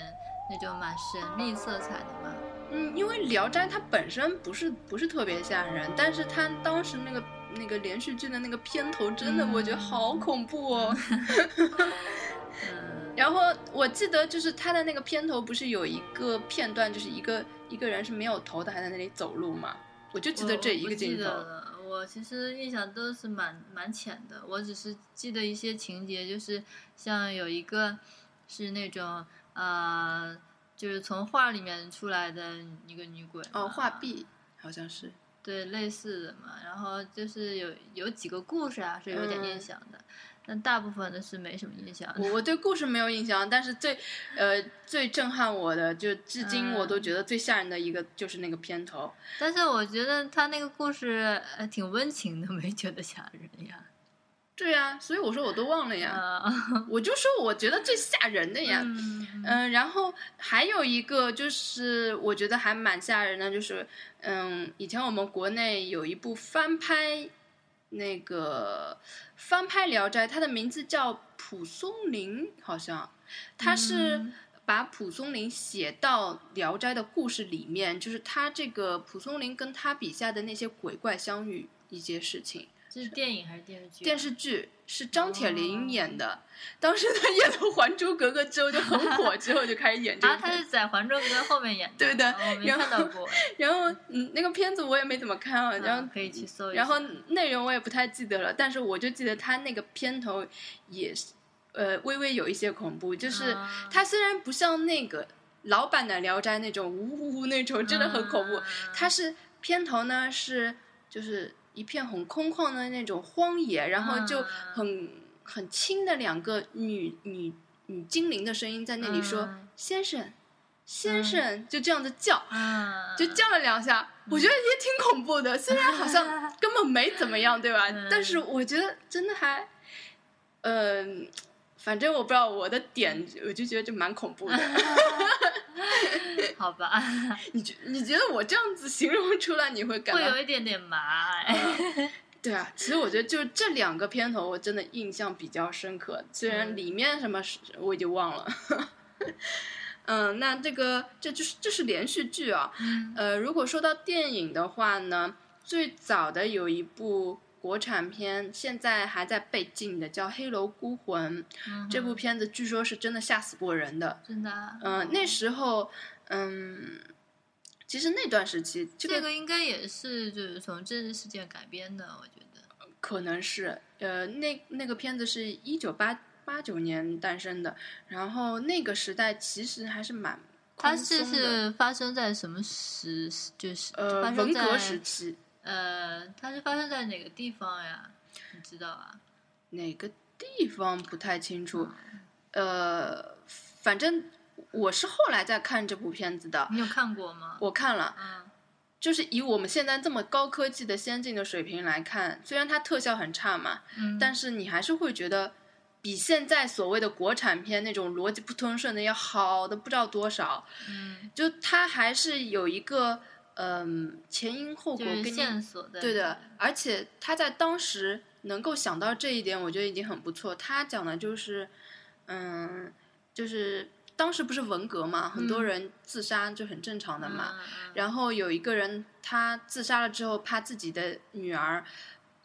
S2: 那种蛮神秘色彩的嘛。
S1: [laughs] 嗯，因为《聊斋》它本身不是不是特别吓人，但是它当时那个那个连续剧的那个片头真的，
S2: 嗯
S1: 我觉得好恐怖
S2: [laughs]
S1: 哦。
S2: 嗯，
S1: 然后我记得就是它的那个片头不是有一个片段，就是一个一个人是没有头的，还在那里走路嘛。我就记得
S2: 我
S1: 这
S2: 我
S1: 一
S2: 不
S1: 个镜
S2: 记
S1: 头
S2: 得。了我其实印象都是蛮蛮浅的，我只是记得一些情节，就是像有一个是那种呃，就是从画里面出来的一个女鬼
S1: 哦，
S2: 嘛
S1: 画壁好像是。
S2: 对类似的嘛，然后就是有有几个故事啊是有点印
S1: 嗯
S2: 象的，但大部分都是没什么印象的。
S1: 我我对故事没有印象，但是最呃最震撼我的，就至今我都觉得最吓人的一个就是那个片头。
S2: 但是我觉得他那个故事呃挺温情的， [laughs] 没觉得吓人呀。
S1: 对呀、所以我说我都忘了呀，
S2: 啊，
S1: 我就说我觉得最吓人的呀。
S2: 嗯，
S1: 嗯，然后还有一个就是，我觉得还蛮吓人的，就是，嗯，以前我们国内有一部翻拍，那个翻拍《聊斋》，它的名字叫《蒲松龄》，好像，它是
S2: 嗯
S1: 把蒲松龄写到《聊斋》的故事里面，就是他这个蒲松龄跟他笔下的那些鬼怪相遇一些事情。
S2: 这是电影还是电视剧啊？
S1: 电视剧是张铁
S2: 哦
S1: 林演的，当时他演了《还珠格格》之后就很火，之后就开始演这
S2: 啊，
S1: 个
S2: 他
S1: 片。
S2: 是在《还珠格格》后面演的，
S1: 对的
S2: 哦我没
S1: 然后
S2: 看到过，
S1: 然后，嗯，那个片子我也没怎么看啊， [laughs] 然
S2: 嗯
S1: 后，
S2: 可以去搜一下。
S1: 然后内容我也不太记得了，但是我就记得他那个片头也是，呃，微微有一些恐怖，就是
S2: 啊
S1: 他虽然不像那个老版的《聊斋》那种呜呜呜那种，真的很恐怖，
S2: 啊
S1: 它是片头呢是就是一片很空旷的那种荒野，然后就
S2: 嗯
S1: 很很轻的两个女女女精灵的声音在那里说：“
S2: 嗯
S1: 先生，先生”，就这样子叫，
S2: 嗯，
S1: 就叫了两下，我觉得也挺恐怖的。虽然好
S2: [laughs]
S1: 像根本没怎么样，对吧？
S2: 嗯
S1: 但是我觉得真的还，嗯、反正我不知道我的点，我就觉得就蛮恐怖的。
S2: [laughs] 好吧，
S1: 你觉你觉得我这样子形容出来，你会感
S2: 会
S1: 到
S2: 有一点点麻。
S1: 嗯
S2: 哎
S1: 对啊，其实我觉得就这两个片头，我真的印象比较深刻。虽然
S2: 嗯
S1: 里面什么是我已经忘了。 [laughs] 嗯，那这个这就是这是连续剧啊。
S2: 嗯
S1: 呃，如果说到电影的话呢，最早的有一部国产片，现在还在被禁的，叫《黑楼孤魂》。
S2: 嗯
S1: 这部
S2: 哼
S1: 片子据说是真的吓死过人的。
S2: 真的啊，
S1: 嗯、那时候，嗯，其实那段时期，这
S2: 这
S1: 个
S2: 个应该也是就是从真实事件改编的，我觉得。
S1: 可能是，呃，那那个片子是一九八八九年诞生的，然后那个时代其实还是蛮
S2: 它
S1: 宽
S2: 是
S1: 松的，
S2: 是发生在什么时？就是
S1: 呃
S2: 发生
S1: 文
S2: 在
S1: 革时期
S2: 呃，它是发生在哪个地方呀？你知道啊？
S1: 哪个地方不太清楚，
S2: 嗯
S1: 呃，反正我是后来在看这部片子的，
S2: 嗯你有看过吗？
S1: 我看了，
S2: 嗯
S1: 就是以我们现在这么高科技的先进的水平来看，虽然它特效很差嘛，
S2: 嗯，
S1: 但是你还是会觉得比现在所谓的国产片那种逻辑不通顺的要好的不知道多少。
S2: 嗯，
S1: 就它还是有一个嗯、前因后
S2: 就
S1: 果
S2: 是
S1: 跟你
S2: 线索在
S1: 对
S2: 里
S1: 的
S2: 面，
S1: 而且他在当时能够想到这一点，我觉得已经很不错。他讲的就是，嗯，就是当时不是文革嘛，很多
S2: 嗯
S1: 人自杀就很正常的嘛。
S2: 嗯嗯
S1: 然后有一个人他自杀了之后，怕自己的女儿，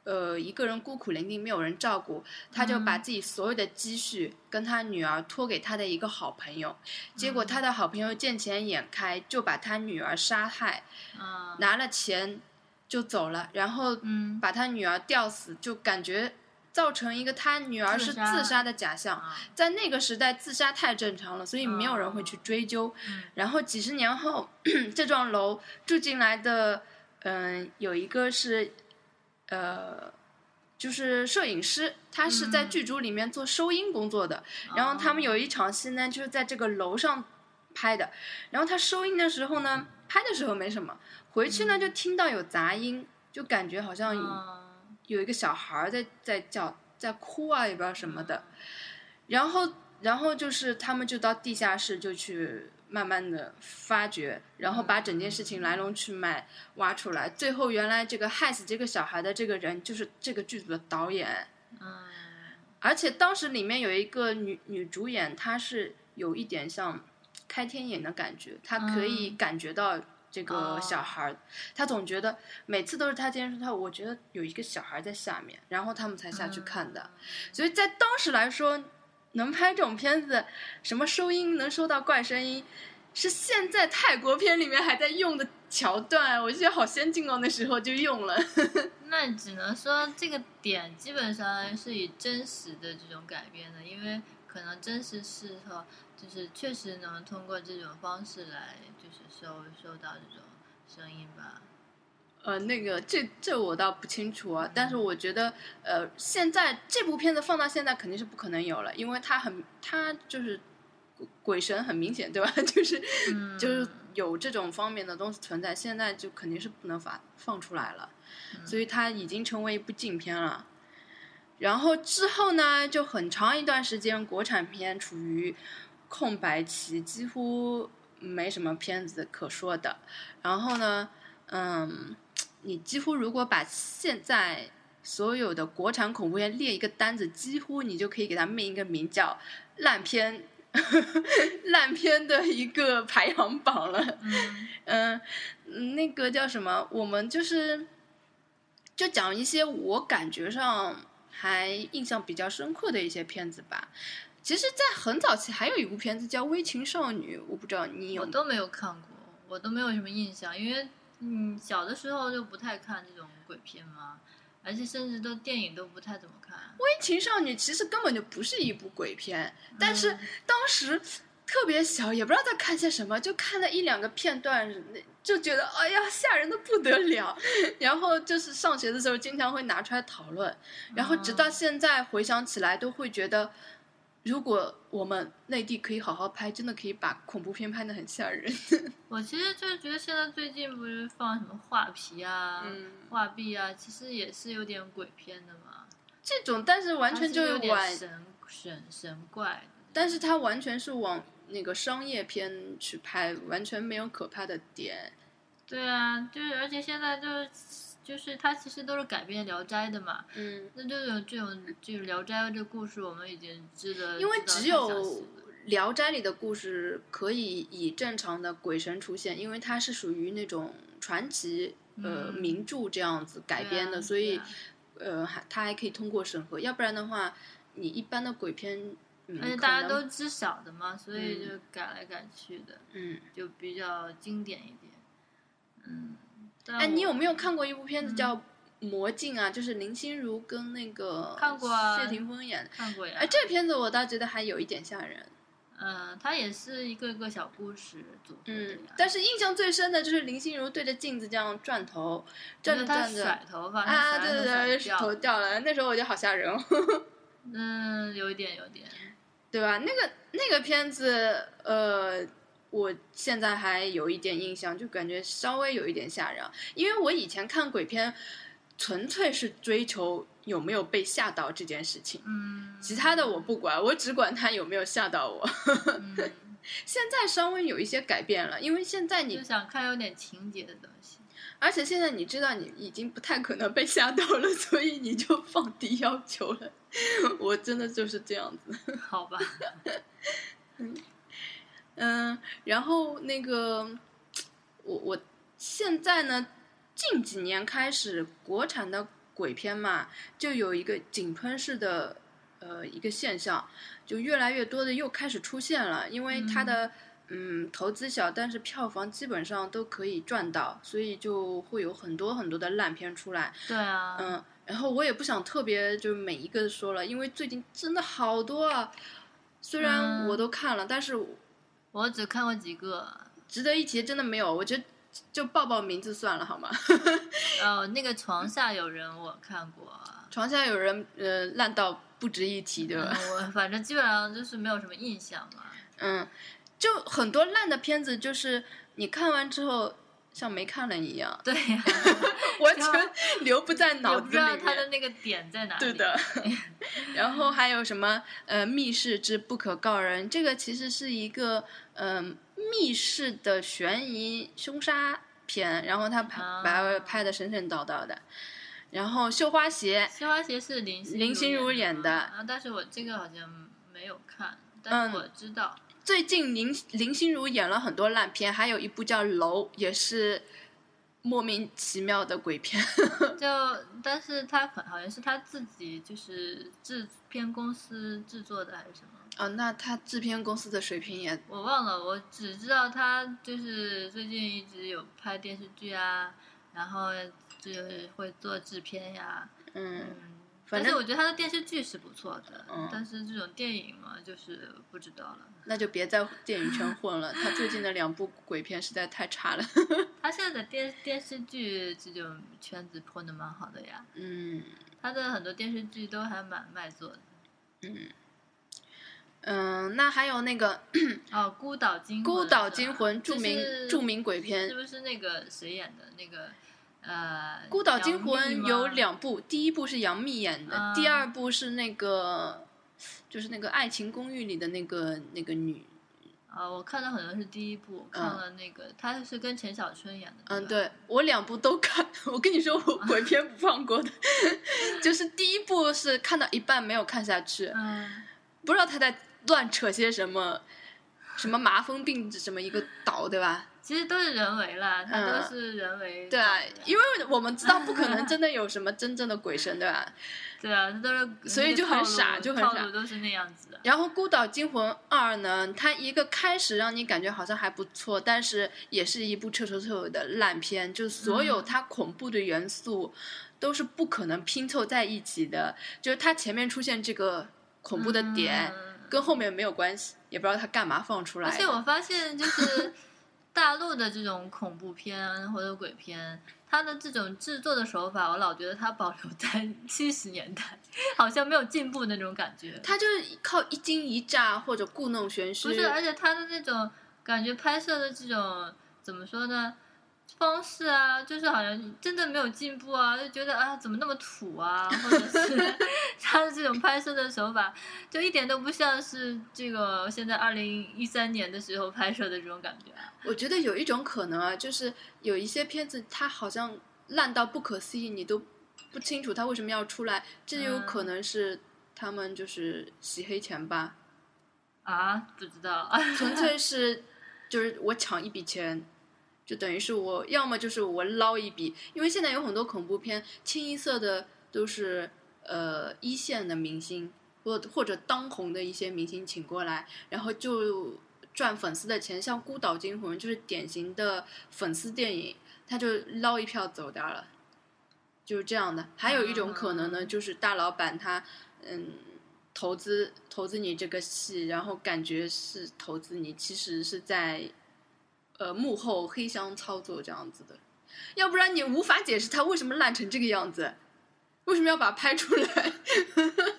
S1: 呃，一个人孤苦伶仃没有人照顾，他就把
S2: 嗯
S1: 自己所有的积蓄跟他女儿托给他的一个好朋友，结果
S2: 嗯
S1: 他的好朋友见钱眼开，就把他女儿杀害，
S2: 嗯
S1: 拿了钱就走了，然后
S2: 嗯
S1: 把他女儿吊死，就感觉造成一个他女儿
S2: 自
S1: 是
S2: 杀
S1: 自杀的假象。
S2: 啊
S1: 在那个时代，自杀太正常了，所以没有人会去追究。
S2: 嗯
S1: 然后几十年后， [clears throat] 这幢楼住进来的，嗯、有一个是，呃，就是摄影师，他是在
S2: 嗯啊
S1: 剧组里面做收音工作的。然后他们有一场戏呢，就是在这个楼上拍的。然后他收音的时候呢，拍的时候没什么，回去呢就听到有杂音，就感觉好像有
S2: 嗯
S1: 有一个小孩儿在在叫，在哭啊，也不知道什么的。然后，然后就是他们就到地下室就去慢慢的发掘，然后把整件事情来龙去脉挖出来。最后，原来这个害死这个小孩的这个人就是这个剧组的导演。
S2: 嗯
S1: 而且当时里面有一个女女主演，她是有一点像开天眼的感觉，她可以
S2: 嗯
S1: 感觉到这个
S2: 哦
S1: 小孩儿，她总觉得每次都是她监视她，我觉得有一个小孩在下面，然后他们才下
S2: 嗯
S1: 去看的。所以在当时来说，能拍这种片子，什么收音能收到怪声音，是现在泰国片里面还在用的桥段，我觉得好先进哦，那时候就用了。
S2: 那只能说这个点基本上是以真实的这种改编的，因为可能真实是和就是确实能通过这种方式来就是收收到这种声音吧。
S1: 呃，那个这这我倒不清楚啊，但是我觉得，呃，现在这部片子放到现在肯定是不可能有了，因为它很，它就是鬼鬼神很明显，对吧？ [laughs] 就是、
S2: 嗯，
S1: 就是有这种方面的东西存在，现在就肯定是不能发放出来了，所以它已经成为一部禁片了。然后之后呢，就很长一段时间，国产片处于空白期，几乎没什么片子可说的。然后呢，嗯，你几乎如果把现在所有的国产恐怖片列一个单子，几乎你就可以给它命一个名叫“烂片” [laughs] 烂片的一个排行榜了。
S2: 嗯
S1: 嗯，那个叫什么？我们就是就讲一些我感觉上还印象比较深刻的一些片子吧。其实，在很早期还有一部片子叫《微情少女》，我不知道你有
S2: 我都没有看过，我都没有什么印象，因为嗯小的时候就不太看这种鬼片嘛，而且甚至都电影都不太怎么看。
S1: 《情少女》其实根本就不是一部鬼片，但是
S2: 嗯
S1: 当时特别小，也不知道在看些什么，就看了一两个片段，那就觉得哎呀吓人的不得了。 [laughs] 然后就是上学的时候经常会拿出来讨论，然后直到
S2: 嗯
S1: 现在回想起来都会觉得。如果我们内地可以好好拍，真的可以把恐怖片拍得很吓人。
S2: 我其实就觉得现在最近不是放什么画皮啊、
S1: 嗯，
S2: 画壁啊，其实也是有点鬼片的嘛，
S1: 这种，但是完
S2: 它
S1: 全
S2: 是
S1: 就
S2: 有
S1: 往
S2: 点神神神怪的。
S1: 但是它完全是往那个商业片去拍，完全没有可怕的点。
S2: 对啊，就是而且现在就是就是它其实都是改编《聊斋》的嘛，
S1: 嗯，
S2: 那这种这种这种《聊斋》这故事我们已经知道，
S1: 因为
S2: 呃知道
S1: 只
S2: 太
S1: 有
S2: 详细
S1: 《
S2: 了
S1: 聊斋》里的故事可以以正常的鬼神出现，因为它是属于那种传奇呃
S2: 嗯
S1: 名著这样子改
S2: 对
S1: 编
S2: 啊
S1: 的，
S2: 对
S1: 所以
S2: 啊
S1: 呃还它还可以通过审核，要不然的话你一般的鬼片，嗯，
S2: 而且
S1: 可
S2: 大家
S1: 能
S2: 都知晓的嘛，所以
S1: 嗯
S2: 就改来改去的，
S1: 嗯，
S2: 就比较经典一点。嗯，
S1: 哎，你有
S2: 没
S1: 没有看过一部片
S2: 嗯
S1: 子叫《魔镜》啊？就是林心如跟那个
S2: 看过啊
S1: 谢霆锋演的。
S2: 看过呀？
S1: 哎，这片子我倒觉得还有一点吓人，
S2: 嗯，它也是一个一个小故事组合的
S1: 嗯
S2: 呀。，
S1: 但是印象最深的就是林心如对着镜子这样转头，转
S2: 就
S1: 着
S2: 是他
S1: 转着，
S2: 甩头发，
S1: 啊，
S2: 他甩
S1: 对
S2: 头
S1: 对
S2: 甩
S1: 对，头掉
S2: 掉，
S1: 了，那时候我觉得好吓人哦， [laughs]
S2: 嗯，有一点有一点，
S1: 对吧？那个那个片子，呃，我现在还有一点印象，就感觉稍微有一点吓人，因为我以前看鬼片，纯粹是追求有没有被吓到这件事情，
S2: 嗯，
S1: 其他的我不管，我只管他有没有吓到我。 [laughs]
S2: 嗯
S1: 现在稍微有一些改变了，因为现在你
S2: 就想看有点情节的东西。
S1: 而且现在你知道你已经不太可能被吓到了， [laughs] 所以你就放低要求了。我真的就是这样子。[laughs]
S2: 好吧，
S1: 嗯，然后那个，我我现在呢，近几年开始国产的鬼片嘛，就有一个井喷式的呃一个现象，就越来越多的又开始出现了，因为它的嗯投资小，但是票房基本上都可以赚到，所以就会有很多很多的烂片出来。
S2: 对啊，
S1: 嗯，然后我也不想特别就是每一个说了，因为最近真的好多啊。虽然
S2: 嗯
S1: 我都看了，但是
S2: 我只看过几个，
S1: 值得一提真的没有。我觉得就报报名字算了好吗？ [laughs]
S2: 呃，那个床下有人我看过，
S1: 床下有人呃烂到不值一提，对吧？ [laughs]
S2: 嗯我反正基本上就是没有什么印象嘛。
S1: 嗯，就很多烂的片子，就是你看完之后像没看了一样， [laughs]
S2: 对呀、
S1: 完
S2: [laughs]
S1: 全留不在
S2: 也
S1: 脑
S2: 不
S1: 子
S2: 知道
S1: 里
S2: 他
S1: 面
S2: 的。那个点在哪里。
S1: 对 [laughs] 的，然后还有什么呃密室之不可告人，这个其实是一个呃密室的悬疑凶杀片，然后他拍
S2: 啊
S1: 把它拍的神神叨叨的。然后绣花鞋，
S2: 青花鞋是林
S1: 林心
S2: 心
S1: 如
S2: 如
S1: 演
S2: 演
S1: 的
S2: 啊，但是我这个好像没有看，但
S1: 嗯
S2: 是我知道，
S1: 最近林林心如演了很多烂片，还有一部叫《楼》，也是莫名其妙的鬼 [laughs] 片。
S2: 就但是他可好像是他自己就是制片公司制作的还是什么，
S1: 啊，那他制片公司的水平也
S2: 我忘了，我只知道他就是最近一直有拍电视剧啊，然后就是会做制片呀、
S1: 嗯，
S2: 嗯。
S1: 反
S2: 但是
S1: 正
S2: 我觉得他的电视剧是不错的，
S1: 嗯
S2: 但是这种电影嘛，就是不知道了。
S1: 那就别在电影圈混 [laughs] 了。他最近的两部鬼片实在太差 [laughs] 了。
S2: 他现在的电电视剧这种圈子混的蛮好的呀，
S1: 嗯。
S2: 他的很多电视剧都还蛮卖座的。
S1: 嗯，那还有那个
S2: 哦，《孤岛
S1: 《
S2: 惊魂》
S1: 孤岛惊魂》
S2: 是吧
S1: 著名
S2: 就是
S1: 著名鬼片，
S2: 是不是那个谁演的那个呃，《
S1: 《孤岛惊魂》有
S2: 两
S1: 两部，第一部是杨幂演的，
S2: 啊
S1: 第二部是那个就是那个《爱情公寓》里的那个那个女，
S2: 啊、我看到好像是第一部，我看了那个、他是跟陈小春演的，
S1: 嗯，
S2: 对吧，
S1: 对我两部都看， [laughs] 我跟你说我鬼片不放过的， [laughs] 就是第一部是看到一半没有看下去，
S2: 嗯，
S1: 不知道他在乱扯些什么。什么麻风病什么一个岛对吧？
S2: 其实都是人为啦，他
S1: 嗯
S2: 都是人为
S1: 对
S2: 搞
S1: 啊
S2: 的，
S1: 因为我们知道不可
S2: [laughs]
S1: 能真的有什么真正的鬼神对吧？
S2: 对啊，他都是
S1: 所以就很傻就
S2: 那个套路
S1: 很傻
S2: 套路都是那样子的，
S1: 然后《孤岛惊魂二》呢，它一个开始让你感觉好像还不错，但是也是一部彻头彻尾的烂片，就是所
S2: 嗯
S1: 有它恐怖的元素都是不可能拼凑在一起的，就是它前面出现这个恐怖的点，哎
S2: 嗯
S1: 跟后面没有关系，也不知道它干嘛放出来
S2: 而
S1: 的。
S2: 且我发现，就是 [laughs] 大陆的这种恐怖片或者鬼片，它的这种制作的手法，我老觉得它保留在 [laughs] 七十年代，好像没有进步那种感觉。
S1: 它就是靠一惊一乍或者故弄玄虚，
S2: 不是，而且它的那种感觉拍摄的这种怎么说呢？方式啊，就是好像真的没有进步啊，就觉得啊怎么那么土啊，或者
S1: [laughs]
S2: 是它的这种拍摄的手法，就一点都不像是这个现在二零一三年的时候拍摄的这种感觉啊。
S1: 我觉得有一种可能啊，就是有一些片子它好像烂到不可思议，你都不清楚它为什么要出来，这有可能是他们就是洗黑钱吧，
S2: 啊，不知道 [laughs] 啊，
S1: 纯粹是就是我抢一笔钱。就等于是我，要么就是我捞一笔，因为现在有很多恐怖片，清一色的都是呃一线的明星，或或者当红的一些明星请过来，然后就赚粉丝的钱。像《孤岛惊魂》就是典型的粉丝电影，他就捞一票走掉了，就是这样的。还有一种可能呢，
S2: 嗯
S1: 就是大老板他嗯投资投资你这个戏，然后感觉是投资你，其实是在呃幕后黑箱操作这样子的，要不然你无法解释他为什么烂成这个样子。为什么要把它拍出来？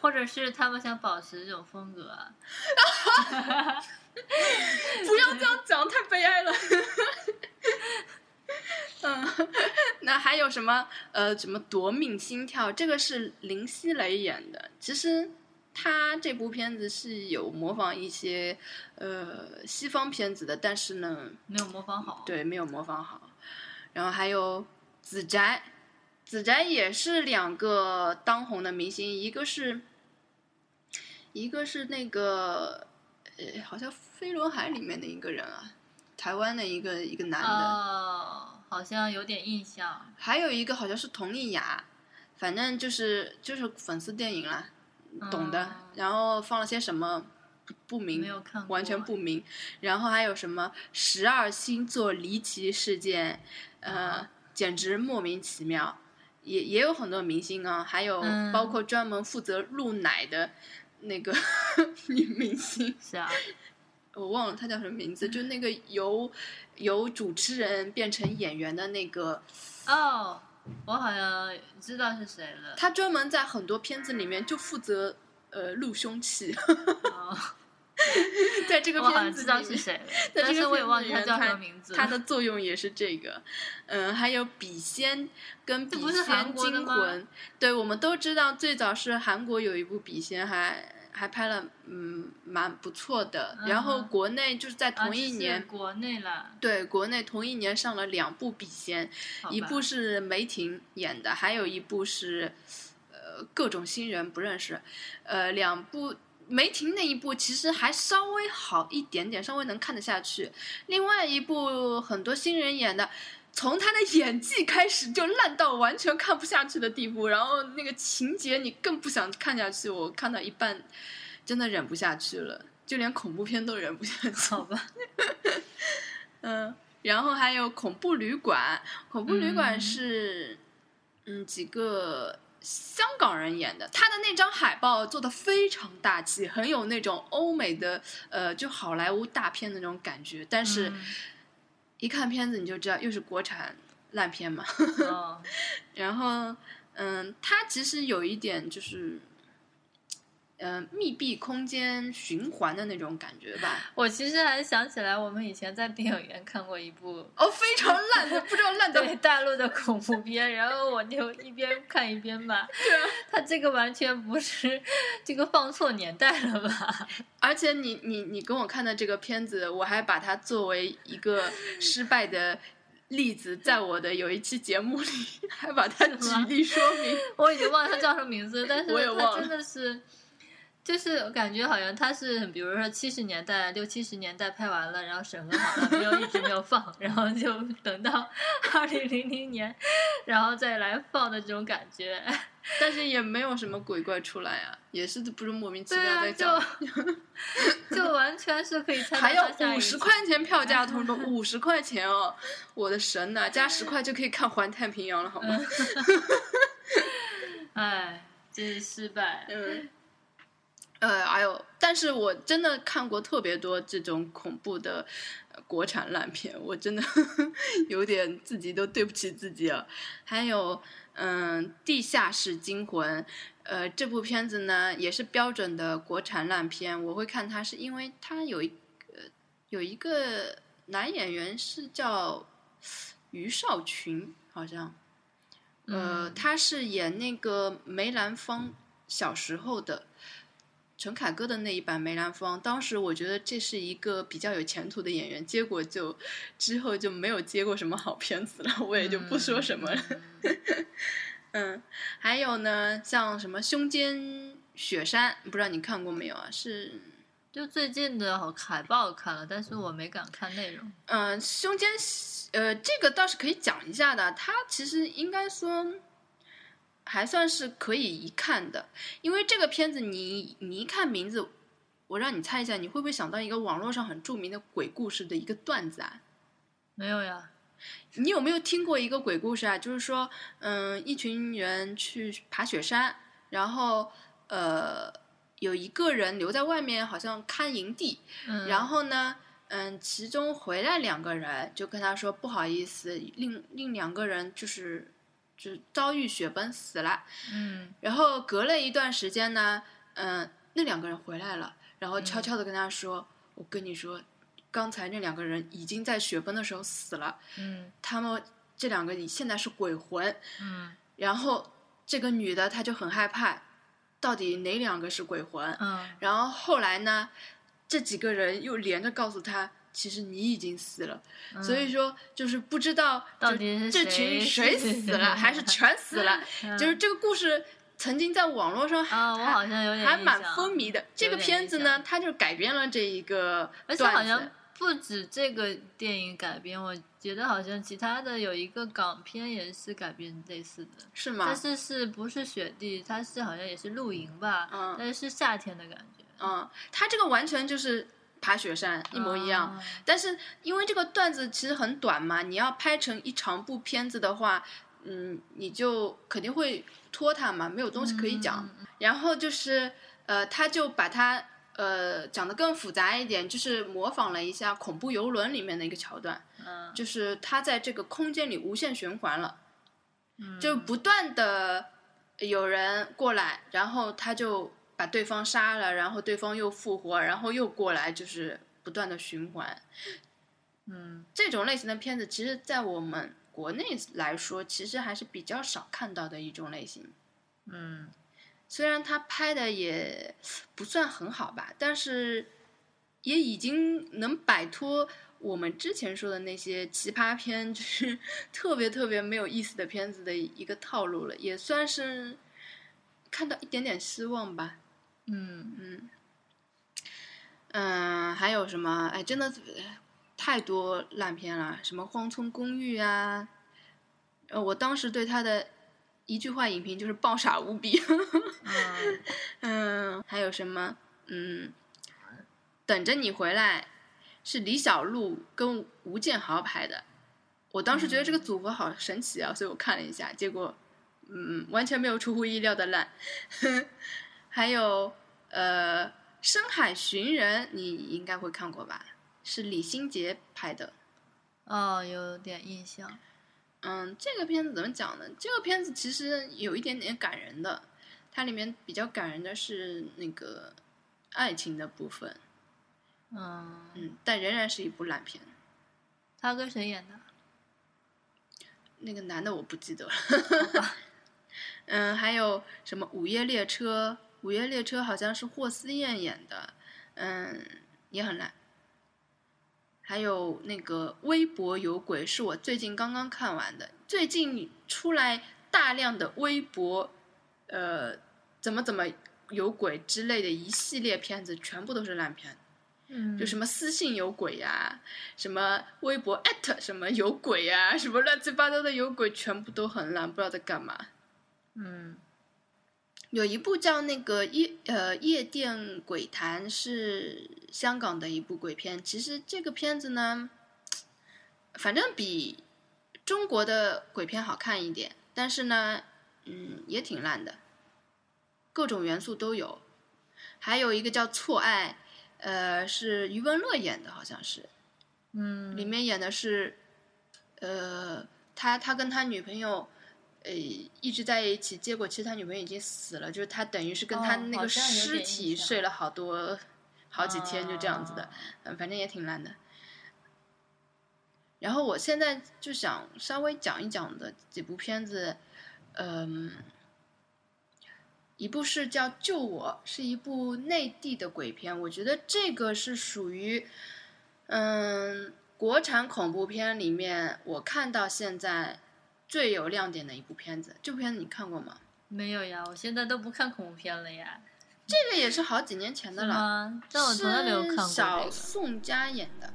S2: 或者是他们想保持这种风格啊，
S1: [laughs] 不要这样讲，太 [laughs] 嗯有什么呃什么夺命心跳，这个是林熙蕾演的。其实她这部片子是有模仿一些呃西方片子的，但是呢，
S2: 没有模仿好。
S1: 对，没有模仿好。然后还有子宅，子宅也是两个当红的明星，一个是，一个是那个，呃，好像《飞轮海》里面的一个人啊，台湾的一个一个男的，
S2: 哦，好像有点印象。
S1: 还有一个好像是佟丽娅，反正就是就是粉丝电影啦，懂的。
S2: 嗯
S1: 然后放了些什么不不
S2: 没
S1: 明
S2: 有，看过，
S1: 完全不明。然后还有什么十二星座离奇事件，呃
S2: 啊，
S1: 简直莫名其妙。也也有很多明星啊，还有
S2: 嗯
S1: 包括专门负责露奶的那个 [laughs] 女明星，[laughs]
S2: 是啊，
S1: 我忘了她叫什么名字，就那个由由主持人变成演员的那个
S2: 哦，我好像知道是谁
S1: [laughs]
S2: 了。
S1: 他专门在很多片子里面就负责呃露胸器， [laughs]
S2: 哦
S1: 在这个
S2: 我好像
S1: 片子
S2: 知
S1: 里
S2: 道
S1: 面，
S2: 是谁
S1: [laughs]
S2: 了，
S1: 在这
S2: 但
S1: 个
S2: 是我也
S1: 片子
S2: 忘
S1: 里
S2: 记他
S1: 面
S2: 叫什
S1: 他
S2: 么名字了。 [laughs]
S1: 它的作用也是这个。嗯，还有笔仙跟
S2: 这
S1: 笔
S2: 不是韩
S1: 仙
S2: 国的
S1: 惊
S2: 吗
S1: 魂，对，我们都知道最早是韩国有一部笔仙还。还拍了，嗯，蛮不错的。然后
S2: 嗯哼
S1: 国内就是在
S2: 啊
S1: 同一
S2: 这是
S1: 年，
S2: 国内啦，
S1: 对，国内同一年上了两部《笔仙》，
S2: 好
S1: 一
S2: 吧
S1: 部是梅婷演的，还有一部是呃各种新人不认识，呃两部。梅婷那一部其实还稍微好一点点，稍微能看得下去。另外一部很多新人演的，从他的演技开始就烂到完全看不下去的地步，然后那个情节你更不想看下去。我看到一半，真的忍不下去了，就连恐怖片都忍不下去。
S2: [laughs] 好吧，
S1: 嗯，然后还有恐怖旅馆，恐怖旅馆
S2: 嗯
S1: 是嗯几个香港人演的，他的那张海报做的非常大气，很有那种欧美的呃就好莱坞大片的那种感觉，但是
S2: 嗯
S1: 一看片子你就知道又是国产烂片嘛。 [laughs]
S2: 哦，
S1: 然后嗯，它其实有一点就是。嗯、密闭空间循环的那种感觉吧，
S2: 我其实还想起来，我们以前在电影院看过一部
S1: 哦，非常烂的，不知道烂到
S2: 对大陆的恐怖片，然后我就一边看一
S1: [laughs]
S2: 边骂，
S1: 啊
S2: 他这个完全不是这个放错年代了吧？
S1: 而且你你你跟我看的这个片子，我还把它作为一个失败的例子，在我的有一期节目里还把它举例说
S2: [laughs]
S1: 明。
S2: 我已经忘了他叫什么名字，但是
S1: 我也忘
S2: 他
S1: 了
S2: 真的是。就是感觉好像他是，比如说七十年代、六七十年代拍完了，然后审核好了，没有一直没有放， [laughs] 然后就等到 [laughs] 二零零零年，然后再来放的这种感觉。
S1: 但是也没有什么鬼怪出来啊，也是不是莫名其
S2: 对
S1: 妙
S2: 啊，
S1: 在讲。
S2: 就就 [laughs] 完全是可以猜到
S1: 还要
S2: 它下一
S1: 五十
S2: 集
S1: 块钱票价，
S2: [laughs]
S1: 同志们，五十块钱哦！我的神呐、加十块就可以看《环太平洋》了，好吗？
S2: 哎，真是失败。
S1: 嗯，呃，还有，但是我真的看过特别多这种恐怖的呃国产烂片，我真的 [laughs] 有点自己都对不起自己了。还有，嗯，《地下室惊魂》，呃，这部片子呢也是标准的国产烂片，我会看它是因为它有一个有一个男演员是叫于少群，好像。呃，
S2: 嗯，
S1: 他是演那个梅兰芳小时候的陈凯歌的那一版梅兰芳。当时我觉得这是一个比较有前途的演员，结果就之后就没有接过什么好片子了，我也就不说什么了。
S2: 嗯
S1: 嗯还有呢，像什么《胸间雪山》，不知道你看过没有啊？是。
S2: 就最近的好海报看了，但是我没敢看内容。
S1: 嗯，胸间，呃，这个倒是可以讲一下的。它其实应该说还算是可以一看的，因为这个片子你你一看名字，我让你猜一下，你会不会想到一个网络上很著名的鬼故事的一个段子啊？
S2: 没有呀，
S1: 你有没有听过一个鬼故事啊？就是说，嗯，一群人去爬雪山，然后呃，有一个人留在外面，好像看营地，
S2: 嗯，
S1: 然后呢，嗯，其中回来两个人就跟他说不好意思，另另两个人就是就遭遇雪崩死了。
S2: 嗯，
S1: 然后隔了一段时间呢，嗯，那两个人回来了，然后悄
S2: 嗯
S1: 悄的跟他说：“我跟你说，刚才那两个人已经在雪崩的时候死了，
S2: 嗯
S1: 他们这两个现在是鬼魂，
S2: 嗯
S1: 然后这个女的她就很害怕，到底哪两个是鬼魂？
S2: 嗯
S1: 然后后来呢，这几个人又连着告诉她，其实你已经死了。
S2: 嗯，
S1: 所以说，就是不知道
S2: 到
S1: 就
S2: 底是
S1: 这群
S2: 谁
S1: 谁
S2: [laughs]
S1: 死了，还是全死了。
S2: 嗯
S1: 就是这个故事曾经在网络上还、
S2: 啊，我好像有点
S1: 还
S2: 印
S1: 蛮
S2: 象
S1: 风靡的。这个
S2: 点
S1: 片
S2: 印
S1: 子呢，它就改编了这一个
S2: 而且好
S1: 段
S2: 像
S1: 子。
S2: 不止这个电影改编，我觉得好像其他的有一个港片也是改编类似的，
S1: 是
S2: 但
S1: 吗？
S2: 是是不是雪地？它是好像也是露营吧，
S1: 嗯
S2: 但是是夏天的感觉，
S1: 嗯，它这个完全就是爬雪山一模一样。
S2: 啊。
S1: 但是因为这个段子其实很短嘛，你要拍成一长部片子的话，嗯，你就肯定会拖沓嘛，没有东西可以讲。
S2: 嗯
S1: 然后就是呃，他就把它呃讲得更复杂一点，就是模仿了一下《恐怖游轮》里面的一个桥段，
S2: 嗯
S1: 就是它在这个空间里无限循环了，
S2: 嗯，
S1: 就不断的有人过来，然后他就把对方杀了，然后对方又复活，然后又过来，就是不断的循环。
S2: 嗯
S1: 这种类型的片子，其实在我们国内来说，其实还是比较少看到的一种类型。
S2: 嗯
S1: 虽然他拍的也不算很好吧，但是也已经能摆脱我们之前说的那些奇葩片，就是 [laughs] 特别特别没有意思的片子的一个套路了，也算是看到一点点希望吧。
S2: 嗯
S1: 嗯，嗯，还有什么？哎，真的呃太多烂片了，什么《荒村公寓》啊，呃，我当时对他的一句话影评就是爆傻无比。 [laughs]
S2: 嗯
S1: 嗯，还有什么？嗯，等着你回来是李小璐跟吴建豪拍的，我当时觉得这个组合好神奇啊，所以我看了一下，结果嗯，完全没有出乎意料的烂。 [laughs] 还有呃，《深海寻人》你应该会看过吧？是李心洁拍的。
S2: 哦，有点印象。
S1: 嗯，这个片子怎么讲呢？这个片子其实有一点点感人的，它里面比较感人的是那个爱情的部分，
S2: 嗯，
S1: 嗯，但仍然是一部烂片。
S2: 他跟谁演的？
S1: 那个男的我不记得了。嗯，还有什么《午夜列车》？《午夜列车》好像是霍思燕演的，嗯，也很烂。还有那个《微博有鬼》是我最近刚刚看完的，最近出来大量的微博，呃，怎么怎么有鬼之类的一系列片子，全部都是烂片。
S2: 嗯
S1: 就什么私信有鬼呀、什么微博艾特什么有鬼呀、什么乱七八糟的有鬼，全部都很烂，不知道在干嘛。
S2: 嗯
S1: 有一部叫那个夜呃夜店鬼谈，是香港的一部鬼片。其实这个片子呢，反正比中国的鬼片好看一点，但是呢，嗯，也挺烂的，各种元素都有。还有一个叫《错爱》，呃，是余文乐演的，好像是。
S2: 嗯
S1: 里面演的是，呃，他他跟他女朋友，呃，一直在一起，结果其实他女朋友已经死了，就是他等于是跟他
S2: 哦
S1: 那
S2: 好
S1: 个
S2: 像有点
S1: 尸
S2: 印
S1: 体
S2: 象
S1: 睡了好多、好几天，就这样子的，
S2: 啊
S1: 嗯，反正也挺烂的。然后我现在就想稍微讲一讲的几部片子，嗯，一部是叫《救我》，是一部内地的鬼片，我觉得这个是属于，嗯，国产恐怖片里面我看到现在最有亮点的一部片子。这部片子你看过吗？
S2: 没有呀，我现在都不看恐怖片了呀。
S1: 这个也是好几年前的
S2: 是
S1: 了，
S2: 吗？但我从来没有看过
S1: 是
S2: 这
S1: 小
S2: 个。
S1: 宋佳演的。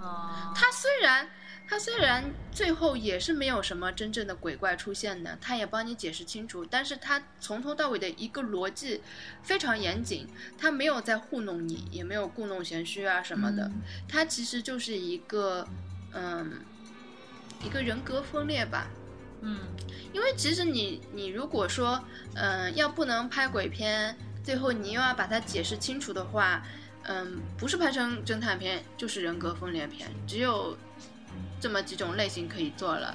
S2: 哦，
S1: 他虽然他虽然最后也是没有什么真正的鬼怪出现的，他也帮你解释清楚，但是他从头到尾的一个逻辑非常严谨，他没有在糊弄你，也没有故弄玄虚啊什么的，
S2: 嗯
S1: 他其实就是一个嗯一个人格分裂吧，
S2: 嗯
S1: 因为其实你你如果说，嗯、要不能拍鬼片，最后你又要把它解释清楚的话，嗯、不是拍成侦探片，就是人格分裂片，只有这么几种类型可以做了。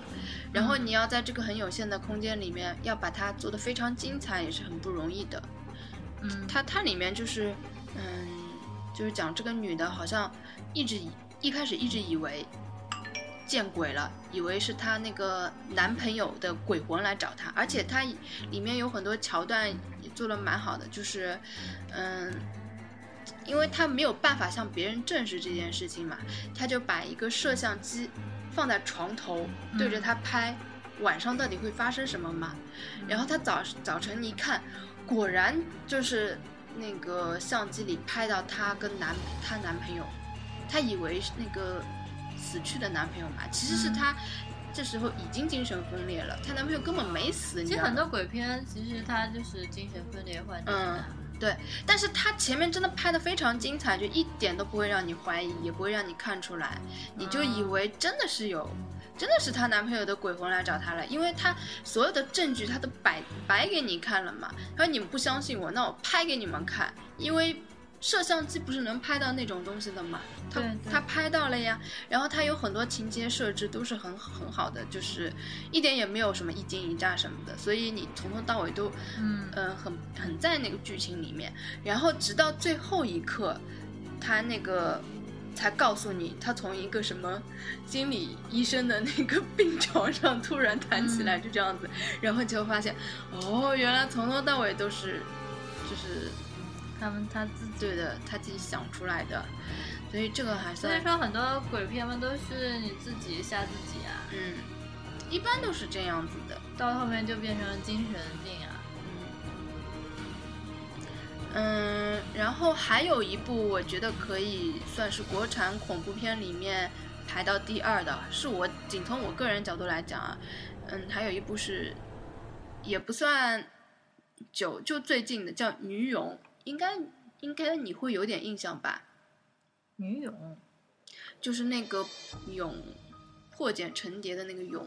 S1: 然后你要在这个很有限的空间里面，要把它做得非常精彩，也是很不容易的。
S2: 嗯，
S1: 它它里面就是，嗯，就是讲这个女的好像一直以一开始一直以为见鬼了，以为是她那个男朋友的鬼魂来找她，而且它里面有很多桥段也做的蛮好的，就是，嗯，因为她没有办法向别人证实这件事情嘛，她就把一个摄像机放在床头，对着她拍，晚上到底会发生什么嘛？然后她早早晨一看，果然就是那个相机里拍到她跟男她男朋友，她以为是那个死去的男朋友嘛，其实是
S2: 嗯
S1: 她这时候已经精神分裂了，她男朋友根本没死，你
S2: 其
S1: 知
S2: 实
S1: 道
S2: 很
S1: 吗？
S2: 多鬼片其实它就是精神分裂患者
S1: 嗯
S2: 的，
S1: 但是她前面真的拍的非常精彩，就一点都不会让你怀疑，也不会让你看出来，你就以
S2: 嗯
S1: 为真的是有。真的是她男朋友的鬼魂来找她了，因为她所有的证据她都摆摆给你看了嘛。她说你们不相信我，那我拍给你们看，因为摄像机不是能拍到那种东西的嘛。她
S2: 对对
S1: 她拍到了呀，然后她有很多情节设置都是很很好的，就是一点也没有什么一惊一乍什么的，所以你从头到尾都
S2: 嗯
S1: 呃，很很在那个剧情里面，然后直到最后一刻，他那个才告诉你，他从一个什么心理医生的那个病床上突然弹起
S2: 嗯
S1: 来，就这样子，然后就发现，哦，原来从头到尾都是，就是
S2: 他们他自己。
S1: 对的，他自己想出来的，所以这个还
S2: 所以
S1: 算，
S2: 说很多鬼片嘛都是你自己吓自己啊，
S1: 嗯，一般都是这样子的。
S2: 到后面就变成了精神病啊。
S1: 嗯，然后还有一部我觉得可以算是国产恐怖片里面排到第二的，是我仅从我个人角度来讲啊，嗯，还有一部是也不算久，就最近的叫《女佣》，应该应该你会有点印象吧？
S2: 女勇，
S1: 就是那个蛹破茧成蝶的那个蛹，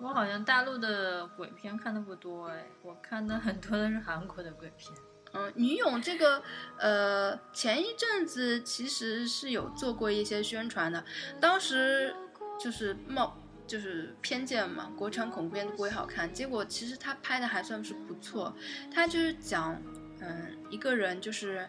S2: 我好像大陆的鬼片看的不多哎，我看的很多都是韩国的鬼片。
S1: 嗯，女勇这个，呃，前一阵子其实是有做过一些宣传的，当时就是冒就是偏见嘛，国产恐怖片都不会好看，结果其实他拍的还算是不错，他就是讲，嗯，一个人就是，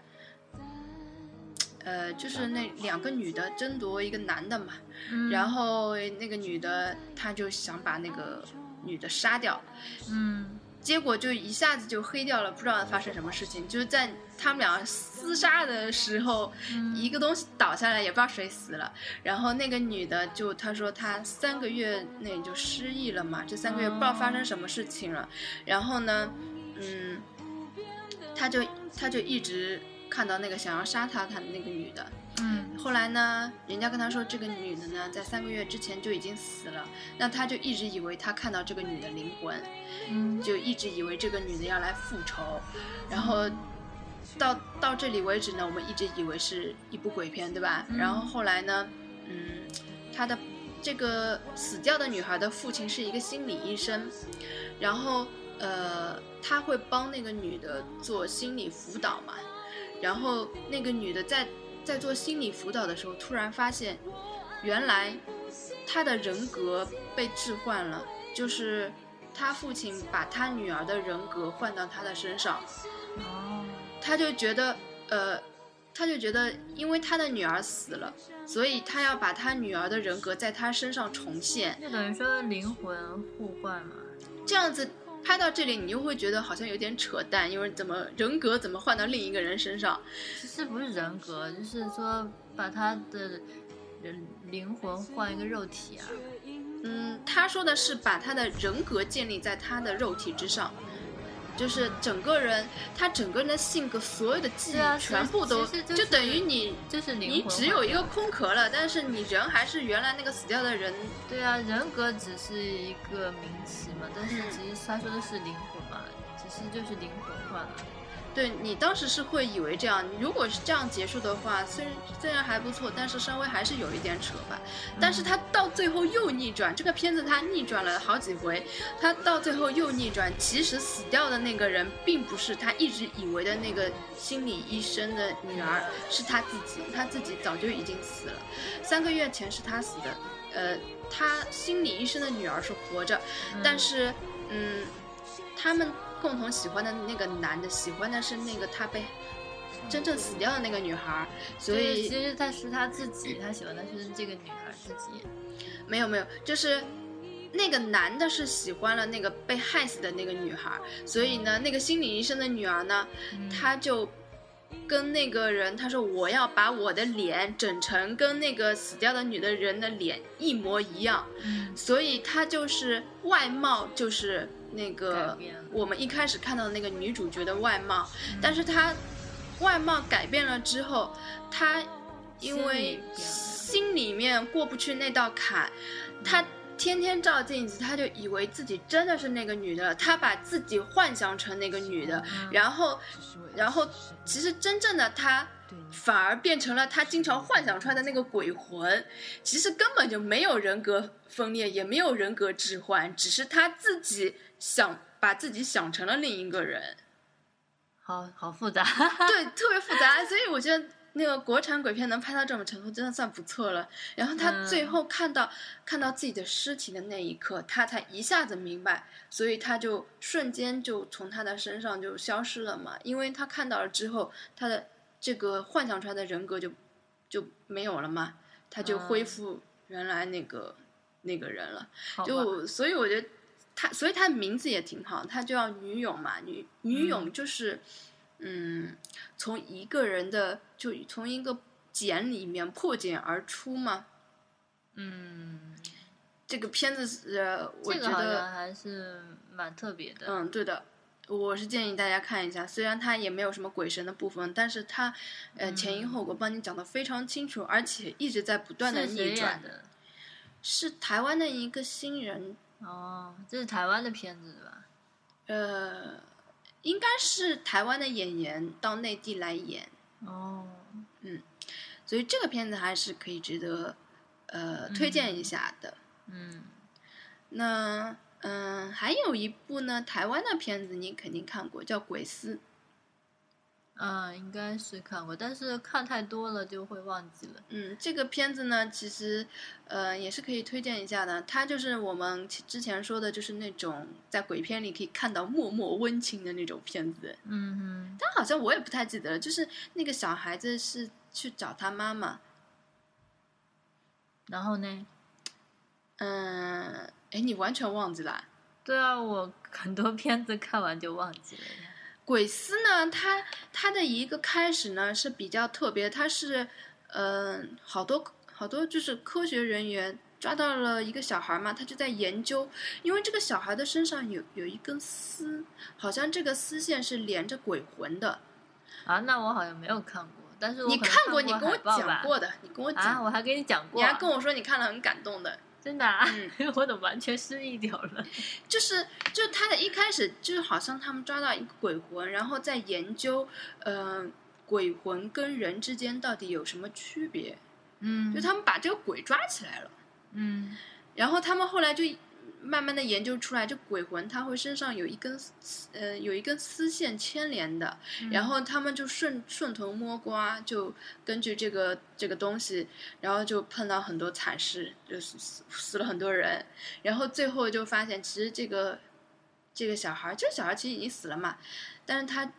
S1: 呃，就是那两个女的争夺一个男的嘛，
S2: 嗯
S1: 然后那个女的她就想把那个女的杀掉，
S2: 嗯，
S1: 结果就一下子就黑掉了，不知道发生什么事情。就是在他们俩厮杀的时候，一个东西倒下来，也不知道谁死了。然后那个女的就她说她三个月内就失忆了嘛，这三个月不知道发生什么事情了。然后呢，嗯，她就她就一直看到那个想要杀她她的那个女的，
S2: 嗯
S1: 后来呢，人家跟他说这个女的呢，在三个月之前就已经死了，那他就一直以为他看到这个女的灵魂，
S2: 嗯
S1: 就一直以为这个女的要来复仇，然后到到这里为止呢，我们一直以为是一部鬼片，对吧？
S2: 嗯
S1: 然后后来呢，嗯，他的这个死掉的女孩的父亲是一个心理医生，然后呃，他会帮那个女的做心理辅导嘛，然后那个女的在在做心理辅导的时候，突然发现，原来她的人格被置换了，就是她父亲把她女儿的人格换到她的身上，
S2: 哦，
S1: 他就觉得，呃，他就觉得，因为他的女儿死了，所以他要把他女儿的人格在他身上重现。
S2: 就等于说灵魂互换嘛。
S1: 这样子拍到这里，你又会觉得好像有点扯淡，因为怎么人格怎么换到另一个人身上？
S2: 其实不是人格，就是说把他的人灵魂换一个肉体啊。
S1: 嗯，他说的是把他的人格建立在他的肉体之上。就是整个人，他整个人的性格，所有的记
S2: 对啊
S1: 忆全部都，
S2: 其实其实就是
S1: 就等于你，
S2: 就是灵
S1: 你
S2: 魂，
S1: 只有一个空壳了，但是你人还是原来那个死掉的人
S2: 对啊，人格只是一个名词嘛，但是
S1: 嗯
S2: 其实他说的是灵魂嘛，只是就是灵魂换了。
S1: 对你当时是会以为这样，如果是这样结束的话，虽然虽然还不错，但是稍微还是有一点扯吧。但是他到最后又逆转，这个片子他逆转了好几回，他到最后又逆转。其实死掉的那个人并不是他一直以为的那个心理医生的女儿，是他自己，他自己早就已经死了，三个月前是他死的。呃，他心理医生的女儿是活着，
S2: 嗯
S1: 但是，嗯，他们共同喜欢的那个男的，喜欢的是那个他被真正死掉的那个女孩儿，所
S2: 就是
S1: 以
S2: 其实他是他自己，他喜欢的是这个女孩自己。
S1: 没有没有，就是那个男的是喜欢了那个被害死的那个女孩，所以呢，那个心理医生的女儿呢，
S2: 嗯
S1: 她就跟那个人她说我要把我的脸整成跟那个死掉的女的人的脸一模一样，
S2: 嗯
S1: 所以她就是外貌就是那
S2: 改
S1: 个
S2: 变了
S1: 我们一开始看到的那个女主角的外貌，
S2: 嗯
S1: 但是她外貌改变了之后，她因为心
S2: 心
S1: 里面过不去那道坎，她天天照镜子，她就以为自己真的是那个女的了，她把自己幻想成那个女的，
S2: 嗯
S1: 然后，然后其实真正的她。反而变成了她经常幻想出来的那个鬼魂，其实根本就没有人格分裂，也没有人格置换，只是她自己想把自己想成了另一个人。
S2: 好好复
S1: [laughs]
S2: 杂。
S1: 对，特别复杂，所以我觉得那个国产鬼片能拍到这种程度，真的算不错了。然后他最
S2: 嗯
S1: 后看到、看到自己的尸体的那一刻，他才一下子明白，所以他就瞬间就从他的身上就消失了嘛，因为他看到了之后，他的这个幻想出来的人格就就没有了嘛，他就恢
S2: 嗯
S1: 复原来那个、那个人了。
S2: 好吧
S1: 就所以我觉得他，所以他的名字也挺好，他就叫女勇嘛。女女勇就是，嗯从一个人的就从一个茧里面破茧而出嘛。
S2: 嗯，
S1: 这个片子，呃，我
S2: 这
S1: 觉
S2: 个好
S1: 得，
S2: 像还是蛮特别的。
S1: 嗯，对的。我是建议大家看一下，虽然它也没有什么鬼神的部分，但是它，呃，前
S2: 嗯
S1: 因后果帮你讲的非常清楚，而且一直在不断的
S2: 是谁
S1: 逆转
S2: 演。的？
S1: 是台湾的一个新人
S2: 哦，这是台湾的片子对吧？
S1: 呃，应该是台湾的演员到内地来演，
S2: 哦，
S1: 所以这个片子还是可以值得呃推荐一下的。
S2: 嗯，
S1: 那嗯、还有一部呢，台湾的片子你肯定看过，叫《鬼丝》。
S2: 嗯，应该是看过，但是看太多了就会忘记了。
S1: 嗯，这个片子呢，其实呃也是可以推荐一下的。它就是我们其之前说的，就是那种在鬼片里可以看到默默温情的那种片子。
S2: 嗯
S1: 但好像我也不太记得了，就是那个小孩子是去找他妈妈，
S2: 哼，然后呢？
S1: 嗯，哎，你完全忘记了啊。
S2: 对啊，我很多片子看完就忘记了呀。
S1: 鬼丝呢，它它的一个开始呢是比较特别，它是嗯、好多好多就是科学人员抓到了一个小孩嘛，他就在研究，因为这个小孩的身上有有一根丝，好像这个丝线是连着鬼魂的。
S2: 啊，那我好像没有看过，但是我
S1: 你
S2: 可能
S1: 看
S2: 过，
S1: 你跟我
S2: 海报
S1: 讲
S2: 吧
S1: 过的，你跟我讲，
S2: 啊，我还跟你讲过
S1: 你
S2: 啊，
S1: 还跟我说你看了很感动的。
S2: 真的、啊，
S1: 嗯
S2: [laughs] 我都完全失忆掉了。
S1: 就是就是他的一开始就是好像他们抓到一个鬼魂，然后在研究，呃，鬼魂跟人之间到底有什么区别？
S2: 嗯
S1: 就他们把这个鬼抓起来了，
S2: 嗯
S1: 然后他们后来就慢慢的研究出来，这鬼魂它会身上有一根丝，呃，有一根丝线牵连的，
S2: 嗯
S1: 然后他们就顺顺藤摸瓜，就根据这个这个东西，然后就碰到很多惨事，就死死死了很多人，然后最后就发现，其实这个这个小孩儿，这个小孩儿其实已经死了嘛，但是他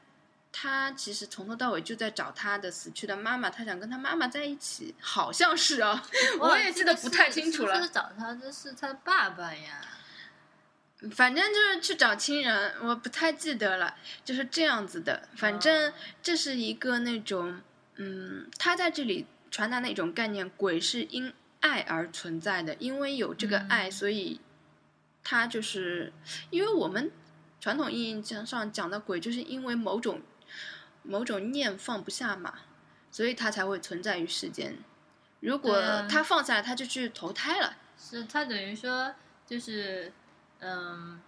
S1: 他其实从头到尾就在找他的死去的妈妈，他想跟他妈妈在一起，好像是啊， [laughs] 我也记得不太清楚
S2: 是
S1: 了
S2: 不是，找他的是他爸爸呀？
S1: 反正就是去找亲人，我不太记得了，就是这样子的，反正。
S2: 哦
S1: 这是一个那种，嗯，他在这里传达那种概念，鬼是因爱而存在的，因为有这个爱，
S2: 嗯
S1: 所以他就是因为我们传统意义上讲的鬼，就是因为某种某种念放不下嘛，所以它才会存在于世间。如果
S2: 对啊
S1: 他放下来，他就去投胎了。
S2: 是他等于说就是，嗯，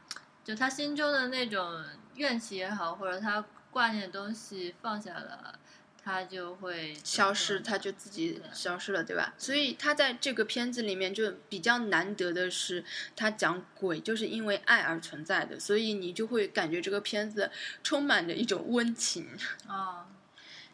S2: 就他心中的那种怨气也好，或者他挂念的东西放下了，他就会
S1: 消失，他
S2: 他
S1: 就自己
S2: 对
S1: 消失了，对吧？所以他在这个片子里面就比较难得的是，他讲鬼就是因为爱而存在的，所以你就会感觉这个片子充满着一种温情。
S2: 哦。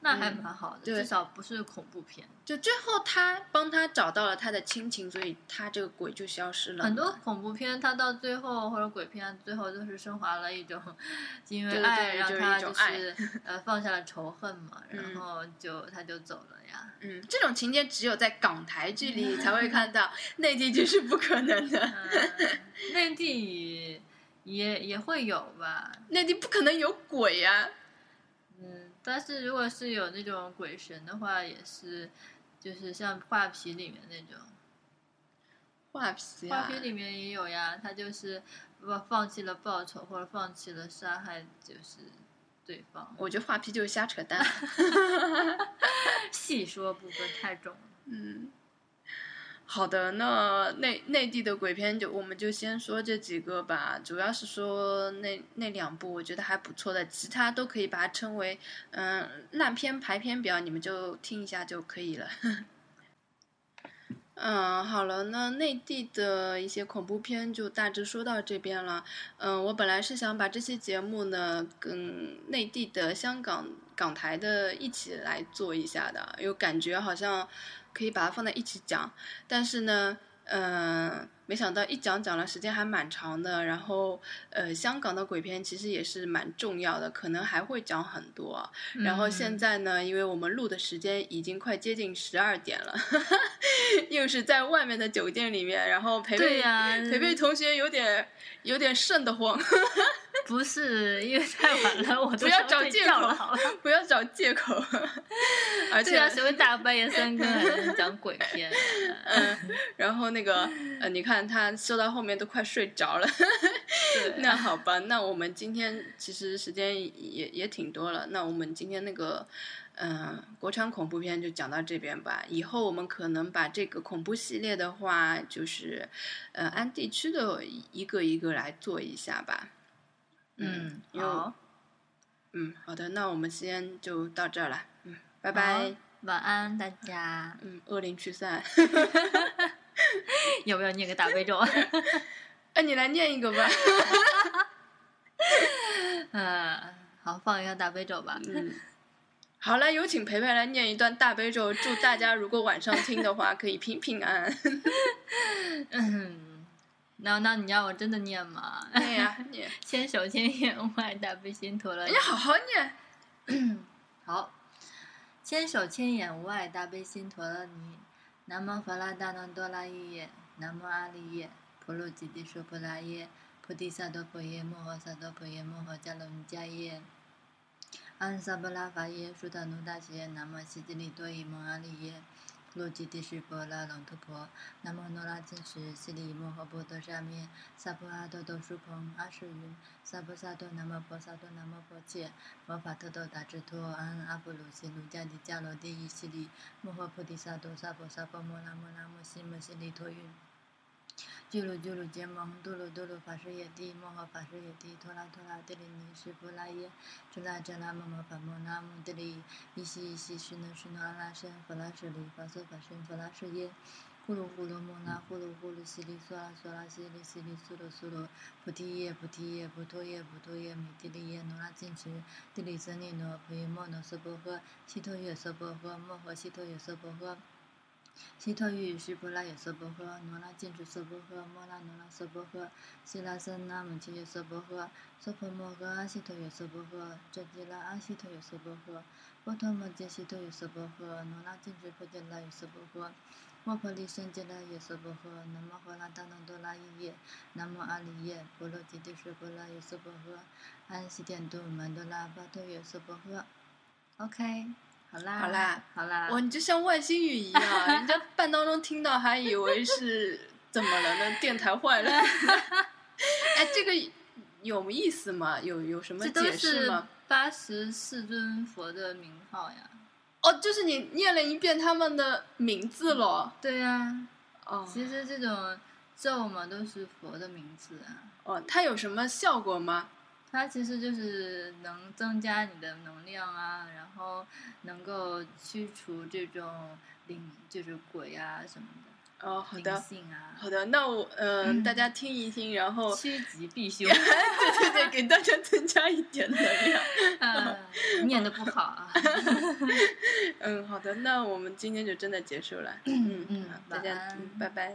S2: 那还蛮好的，
S1: 嗯对
S2: 至少不是恐怖片。
S1: 就最后他帮他找到了他的亲情，所以他这个鬼就消失了。
S2: 很多恐怖片，它到最后或者鬼片，最后就是升华了一种，因
S1: 对
S2: 为
S1: 对
S2: 爱
S1: 对
S2: 让
S1: 就是
S2: 他
S1: 一种
S2: 就
S1: 爱
S2: 是呃放下了仇恨嘛，
S1: 嗯
S2: 然后就他就走了呀。
S1: 嗯，这种情节只有在港台剧里才会看到，内地剧是不可能的。
S2: 嗯，内地也也会有吧，
S1: 内地不可能有鬼呀、
S2: 嗯，但是如果是有那种鬼神的话，也是就是像画皮里面那种。
S1: 画皮
S2: 花
S1: 啊
S2: 絮！里面也有呀，他就是放放弃了报仇，或者放弃了杀害，就是对方。
S1: 我觉得画皮就是瞎扯淡。
S2: 细说部分太重了。
S1: 嗯，好的，那内内地的鬼片就我们就先说这几个吧，主要是说那那两部我觉得还不错的，其他都可以把它称为嗯烂片排片表，你们就听一下就可以了。 [laughs] 嗯，好了，那内地的一些恐怖片就大致说到这边了。嗯，我本来是想把这期节目呢跟内地的香港港台的一起来做一下的，有感觉好像可以把它放在一起讲，但是呢，嗯，没想到一讲讲了时间还蛮长的，然后呃，香港的鬼片其实也是蛮重要的，可能还会讲很多。
S2: 嗯
S1: 嗯然后现
S2: 在、
S1: 在呢，因为我们录的时间已经快接近十二点了， [laughs] 又是在外面的酒店里面，然后培
S2: 嗯对
S1: 培、
S2: 呀、
S1: 培培同学有点有点瘆得慌， [laughs]
S2: 不是因为太晚了，我
S1: 不
S2: 都
S1: 要
S2: 想
S1: 找
S2: 睡
S1: 借
S2: 觉
S1: 口
S2: 了，好吧？
S1: 不要找借口。 [laughs] 而
S2: [laughs] 对
S1: 且，
S2: 啊，谁会大半夜三更还在讲鬼片、啊
S1: [laughs] 然后那个呃，你看他说到后面都快睡着了。 [laughs]
S2: 对，
S1: 那好吧，那我们今天其实时间也也挺多了，那我们今天那个，嗯、国产恐怖片就讲到这边吧。以后我们可能把这个恐怖系列的话，就是，呃，按地区的一个一个来做一下吧。
S2: 嗯，
S1: 因为我
S2: 好，
S1: 嗯，好的，那我们先就到这儿了，嗯，拜
S2: 拜
S1: 拜，，
S2: 晚安大家。
S1: 嗯，恶灵驱散。
S2: [laughs] 有没有念个大悲 [laughs] 咒？
S1: 哎，你来念一个吧。
S2: 嗯，好，放一个大悲咒吧。
S1: 嗯， [laughs] 好了，有请培培来念一段大悲咒，祝大家如果晚上听的话，可以平平安安。
S2: 嗯，那那你让我真的念吗？
S1: [laughs]
S2: [laughs]
S1: 念呀，念。
S2: 千手千眼无碍大悲心陀 [laughs] 罗
S1: 你哎好好念。
S2: 好，千手千眼无碍大悲心陀罗尼，南无法拉大那多拉耶耶，南无阿利耶，婆罗吉帝说婆拉耶，菩提萨埵婆耶，摩诃萨埵婆耶，摩诃迦卢尼迦耶。安萨布拉法耶，舒达努大耶，南无悉吉利多伊蒙阿利耶，婆罗吉帝是婆拉朗吐婆，南无诺拉金什悉利摩诃波多沙灭，萨婆阿多哆输蓬阿舍云，萨婆萨多南无婆萨多南无婆切。佛法特斗达智陀安阿波罗悉卢迦帝迦罗帝伊悉利摩诃菩提萨埵萨婆萨婆摩那摩那摩悉摩悉利陀运。俱卢俱卢羯蒙杜卢杜卢法师也帝摩诃法师也帝拖拉拖拉帝利尼是布拉耶遮拉遮拉摩诃法摩那穆帝利伊西伊西是那是那阿拉申佛拉舍利法娑法身佛拉舍耶。呼噜呼噜摩那呼噜呼噜悉利娑啦娑啦悉利悉利苏罗苏罗菩提叶菩提叶菩陀叶菩陀叶弥帝利耶罗那净池地利则尼罗婆耶摩罗娑婆诃，悉陀夜娑婆诃，摩诃悉陀夜娑婆诃。悉陀喻是婆拉也娑婆诃，罗那净是娑婆诃，摩那罗那娑婆诃，悉拉僧那母提也娑婆诃，娑婆摩诃阿悉陀也娑婆诃，遮吉拉阿悉陀也娑婆诃，波陀摩揭悉陀也娑婆诃，罗那净是婆揭拉也娑婆诃，摩婆利胜揭拉也娑婆诃，南无诃那达那多拉耶耶，南无阿利耶，婆罗吉帝是婆拉也娑婆诃，安息殿度曼多拉巴陀也娑婆诃。OK，好啦，
S1: 好啦，
S2: 好啦，
S1: 哇，你就像外星语一样，人家半当中听到还以为是怎么了呢？电台坏了。 [laughs] 哎，这个有意思吗？有有什么
S2: 这都
S1: 解释
S2: 是
S1: 吗？
S2: 八十四尊佛的名号呀。
S1: 哦，就是你念了一遍他们的名字喽。
S2: 对呀、
S1: 哦
S2: 其实这种咒嘛都是佛的名字啊，
S1: 哦，它有什么效果吗？
S2: 它其实就是能增加你的能量啊，然后能够驱除这种灵，就是鬼啊什么的。
S1: 哦，好
S2: 灵
S1: 的，
S2: 性啊，
S1: 好的，那我、嗯，大家听一听，然后
S2: 趋吉避凶。
S1: [laughs]
S2: [laughs]
S1: 对对对，给大家增加一点能量。
S2: 啊，念的不好啊。
S1: 嗯，好的，那我们今天就真的结束了。嗯
S2: 嗯
S1: 好大家
S2: 晚安
S1: 嗯，拜拜。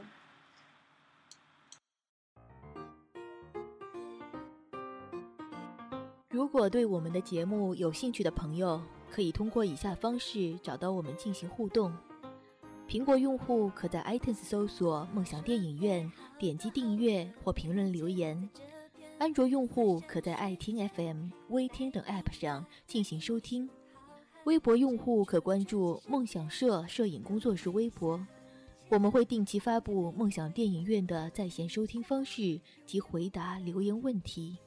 S3: 如果对我们的节目有兴趣的朋友，可以通过以下方式找到我们进行互动。苹果用户可在 iTunes 搜索“梦想电影院”，点击订阅或评论留言；安卓用户可在爱听 FM、微听等 App 上进行收听；微博用户可关注“梦想社”摄影工作室微博。我们会定期发布梦想电影院的在线收听方式及回答留言问题。